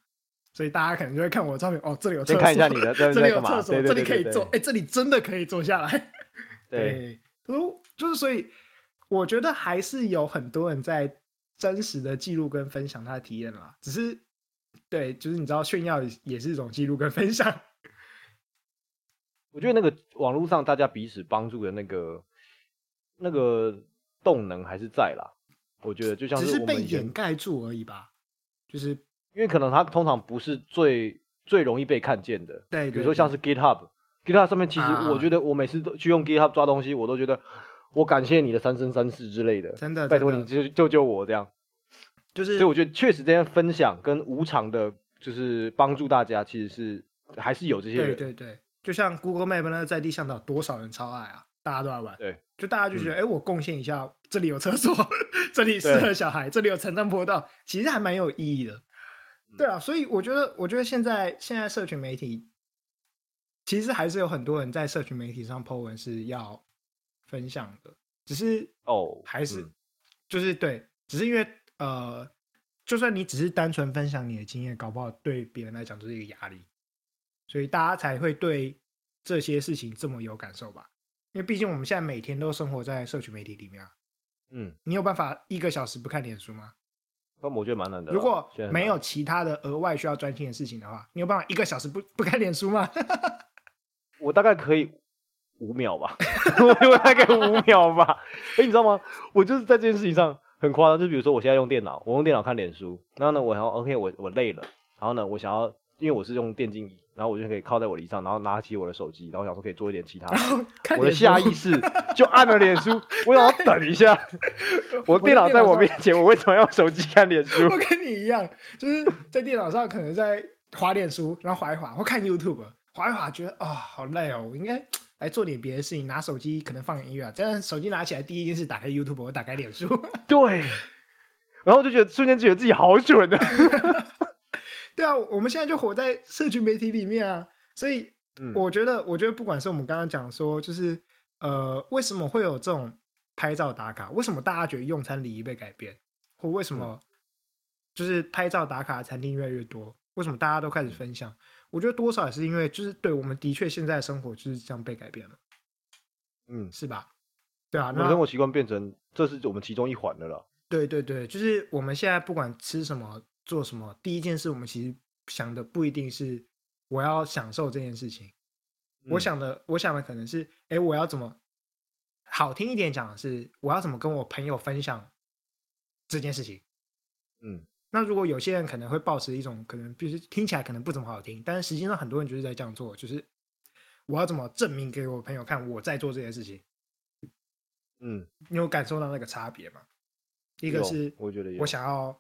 所以大家可能就会看我的照片，哦，这里有厕先所，看一下你的在这里在有干嘛？厕所，对这对里对可以对坐，哎、对，这里真的可以坐下来。对，都就是所以，我觉得还是有很多人在真实的记录跟分享他的体验啦。只是对，就是你知道炫耀也也是一种记录跟分享。我觉得那个网络上大家彼此帮助的那个那个动能还是在啦。我觉得就像只是是我被们以前掩盖住而已吧。就是因为可能它通常不是最最容易被看见的，对，比如说像是 GitHub。GitHub 上面其实啊我觉得我每次都去用 GitHub 抓东西，我都觉得我感谢你的三生三世之类的，真的，拜托真你的，救救救我这样。就是所以我觉得确实这些分享跟无偿的，就是帮助大家，其实是还是有这些对人。对对，就像 Google Map 那个在地向导，多少人超爱啊，大家都爱玩。对，嗯就大家就觉得，哎、我贡献一下，这里有厕所， [laughs] 这里适合小孩，这里有成长坡道，其实还蛮有意义的。嗯对啊，所以我觉得，我觉得现在现在社群媒体，其实还是有很多人在社群媒体上 po 文是要分享的，只是哦，还是、嗯就是对，只是因为呃，就算你只是单纯分享你的经验，搞不好对别人来讲就是一个压力，所以大家才会对这些事情这么有感受吧？因为毕竟我们现在每天都生活在社群媒体里面啊，嗯，你有办法一个小时不看脸书吗？那我觉得蛮难的啦。如果啊现在很没难有其他的额外需要专心的事情的话，你有办法一个小时不不看脸书吗？ [laughs] 我大概可以五秒吧， [laughs] 我我大概五秒吧。哎、你知道吗？我就是在这件事情上很夸张，就比如说我现在用电脑，我用电脑看脸书，然后呢，我想要 OK，我我累了，然后呢，我想要，因为我是用电竞椅，然后我就可以靠在我的椅上，然后拿起我的手机，然后想说可以做一点其他的。 [laughs] 看我的脸书下意识就按了脸 [laughs] 书，我想要等一下，我电脑在我上面前，我为什么要用手机看脸 [laughs] [laughs] 书？我跟你一样，就是在电脑上可能在滑脸书，然后滑一滑，或看 YouTube，滑一滑觉得啊、好累哦，我应该来做点别的事情，拿手机可能放点音乐啊。这样手机拿起来第一件事打开 YouTube，我打开脸书。 [laughs] 对，然后就觉得瞬间觉得自己好蠢啊。对啊，我们现在就活在社群媒体里面啊，所以嗯我觉得，我觉得不管是我们刚刚讲说，就是呃，为什么会有这种拍照打卡？为什么大家觉得用餐礼仪被改变，或为什嗯么就是拍照打卡的餐厅越来越多？为什么大家都开嗯始分享？我觉得多少也是因为，就是对我们的确现在的生活就是这样被改变了，嗯，是吧？对啊，我们那的生活习惯变成这是我们其中一环的了啦。对对对，就是我们现在不管吃什么、做什么，第一件事我们其实想的不一定是我要享受这件事情，我嗯想的我想的可能是，哎，我要怎么好听一点讲的是，我要怎么跟我朋友分享这件事情。嗯，那如果有些人可能会抱持一种可能，就是听起来可能不怎么好听，但是实际上很多人就是在这样做，就是我要怎么证明给我朋友看我在做这件事情？嗯，你有感受到那个差别吗？一个有是我觉得有我想要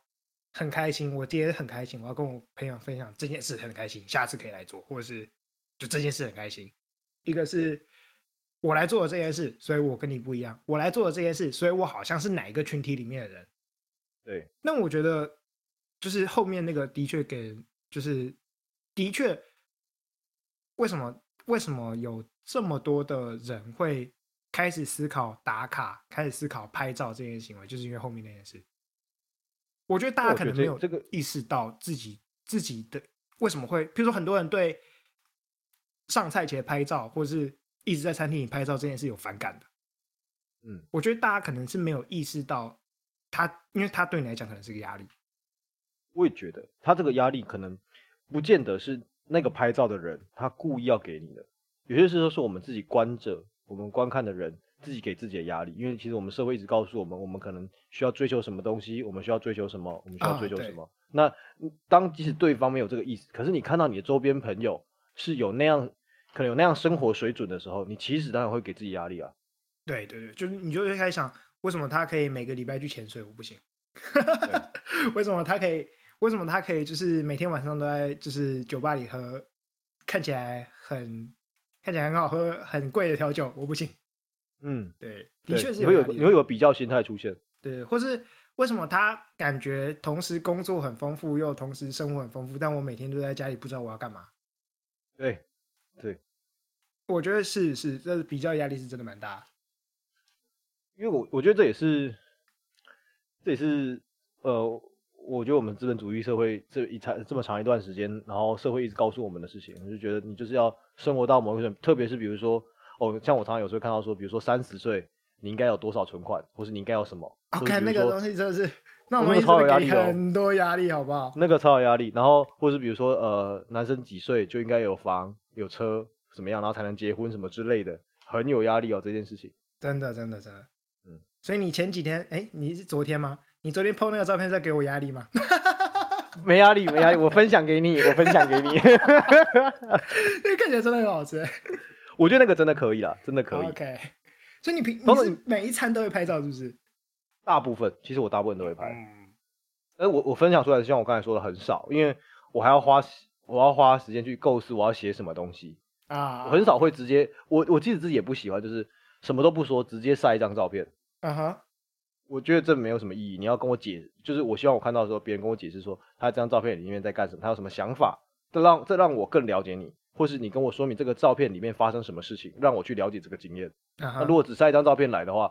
很开心，我今天很开心，我要跟我朋友分享这件事很开心，下次可以来做，或者是就这件事很开心。一个是我来做了这件事，所以我跟你不一样；我来做了这件事，所以我好像是哪一个群体里面的人。对，那我觉得就是后面那个的确给人，就是的确，为什么为什么有这么多的人会开始思考打卡，开始思考拍照这件行为，就是因为后面那件事。我觉得大那家我可觉能得没有这个意识到自己自己的为什么会，譬如说很多人对上菜前拍照，或是一直在餐厅里拍照这件事有反感的。嗯，我觉得大家可能是没有意识到他，因为他对你来讲可能是个压力。我也觉得他这个压力可能不见得是那个拍照的人他故意要给你的，有些时候是我们自己观着我们观看的人自己给自己的压力，因为其实我们社会一直告诉我们，我们可能需要追求什么东西，我们需要追求什么，我们需要啊追求对什么。那嗯当即使对方没有这个意思，可是你看到你的周边朋友是有那样，可能有那样生活水准的时候，你其实当然会给自己压力啊。对对对，就是你就会开始想，为什么他可以每个礼拜去潜水，我不行？ [laughs] 为什么他可以？为什么他可以？就是每天晚上都在就是酒吧里喝，看起来很看起来很好喝、很贵的调酒，我不行。嗯，对，的对确是你会有压力你的会有比较心态出现。对，或是为什么他感觉同时工作很丰富，又同时生活很丰富，但我每天都在家里不知道我要干嘛？对，我觉得是是，这比较压力是真的蛮大的。因为我我觉得这也是，这也是呃，我觉得我们资本主义社会这一长这么长一段时间，然后社会一直告诉我们的事情，我就觉得你就是要生活到某一个程度，特别是比如说哦，像我常常有时候看到说，比如说三十岁你应该有多少存款，或是你应该有什么，我、或是看比那如个说东西真的是，那我我们那个真超有的压给你力的哦很多压力，好不好？那个超有压力。然后或是比如说呃，男生几岁就应该有房有车怎么样，然后才能结婚什么之类的，很有压力哦这件事情。真的，真的，真的。嗯所以你前几天，哎，你是昨天吗？你昨天 PO 那个照片是在给我压力吗？ [laughs] 没压力，没压力，我分享给你，我分享给你。 [laughs] 那个看起来真的很好吃。我觉得那个真的可以啦，真的可以。 OK，所以你平你当然是每一餐都会拍照，是不是？大部分其实我大部分都会拍，嗯，但是我我分享出来的，像我刚才说的很少，因为我还要花时我要花时间去构思我要写什么东西，啊，我很少会直接我我即使自己也不喜欢，就是什么都不说，直接晒一张照片。啊哈，我觉得这没有什么意义。你要跟我解，就是我希望我看到的时候，别人跟我解释说他这张照片里面在干什么，他有什么想法，这让这让我更了解你，或是你跟我说明这个照片里面发生什么事情，让我去了解这个经验。啊哈那如果只晒一张照片来的话，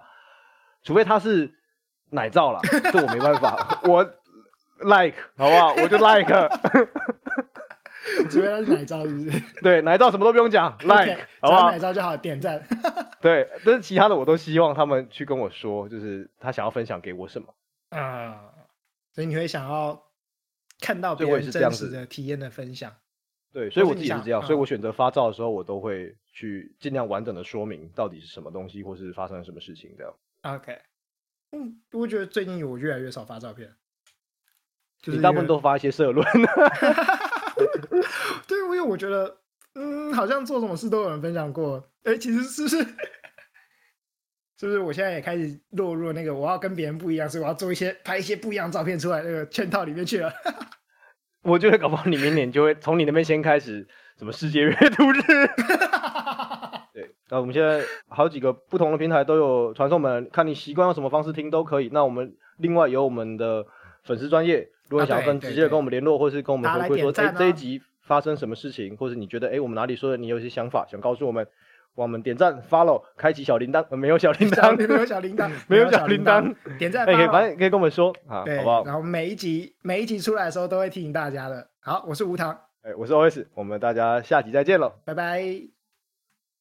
除非他是奶照 [laughs] 啦，这我没办法，我 like 好不好？我就 like，除非他是奶照，是不是对，奶照什么都不用讲 [laughs] OK， ，like 好只不要好奶？照就好，[laughs] 点赞。对，但是其他的我都希望他们去跟我说，就是他想要分享给我什么。啊，所以你会想要看到对别我也人是这真样实子的体验的分享。对，所以或我是自你己也想是这样，所以嗯我选择发照的时候，我都会去尽量完整的说明到底是什么东西，或是发生了什么事情这样。 OK，嗯，我觉得最近我越来越少发照片，就是你大部分因为都发一些社论，对，因为我觉得，嗯，好像做什么事都有人分享过。 [laughs] 哎，其实是不是？是不是我现在也开始落入那个我要跟别人不一样，所以我要做一些拍一些不一样的照片出来那个圈套里面去 [laughs] 了？我觉得搞不好你明年就会从你那边先开始，什么世界阅读 [laughs] 日。对，那我们现在好几个不同的平台都有传送门，看你习惯用什么方式听都可以。那我们另外有我们的粉丝专业，如果啊你想要对跟对直接对跟我们联络，或是跟我们大家来回馈说，点哎、赞这一啊集发生什么事情，或者你觉得哎、我们哪里说的你有一些想法想告诉我们，我们点赞 follow 开启小铃铛、呃没有小铃小铛，没有小铃铛，没有小小铃铃铛，点赞哎、可以发反了。正可以跟我们说啊，对，好不好？然后每一集每一集出来的时候都会提醒大家的。好，我是吴糖，哎、我是 OS，我们大家下集再见喽。拜拜。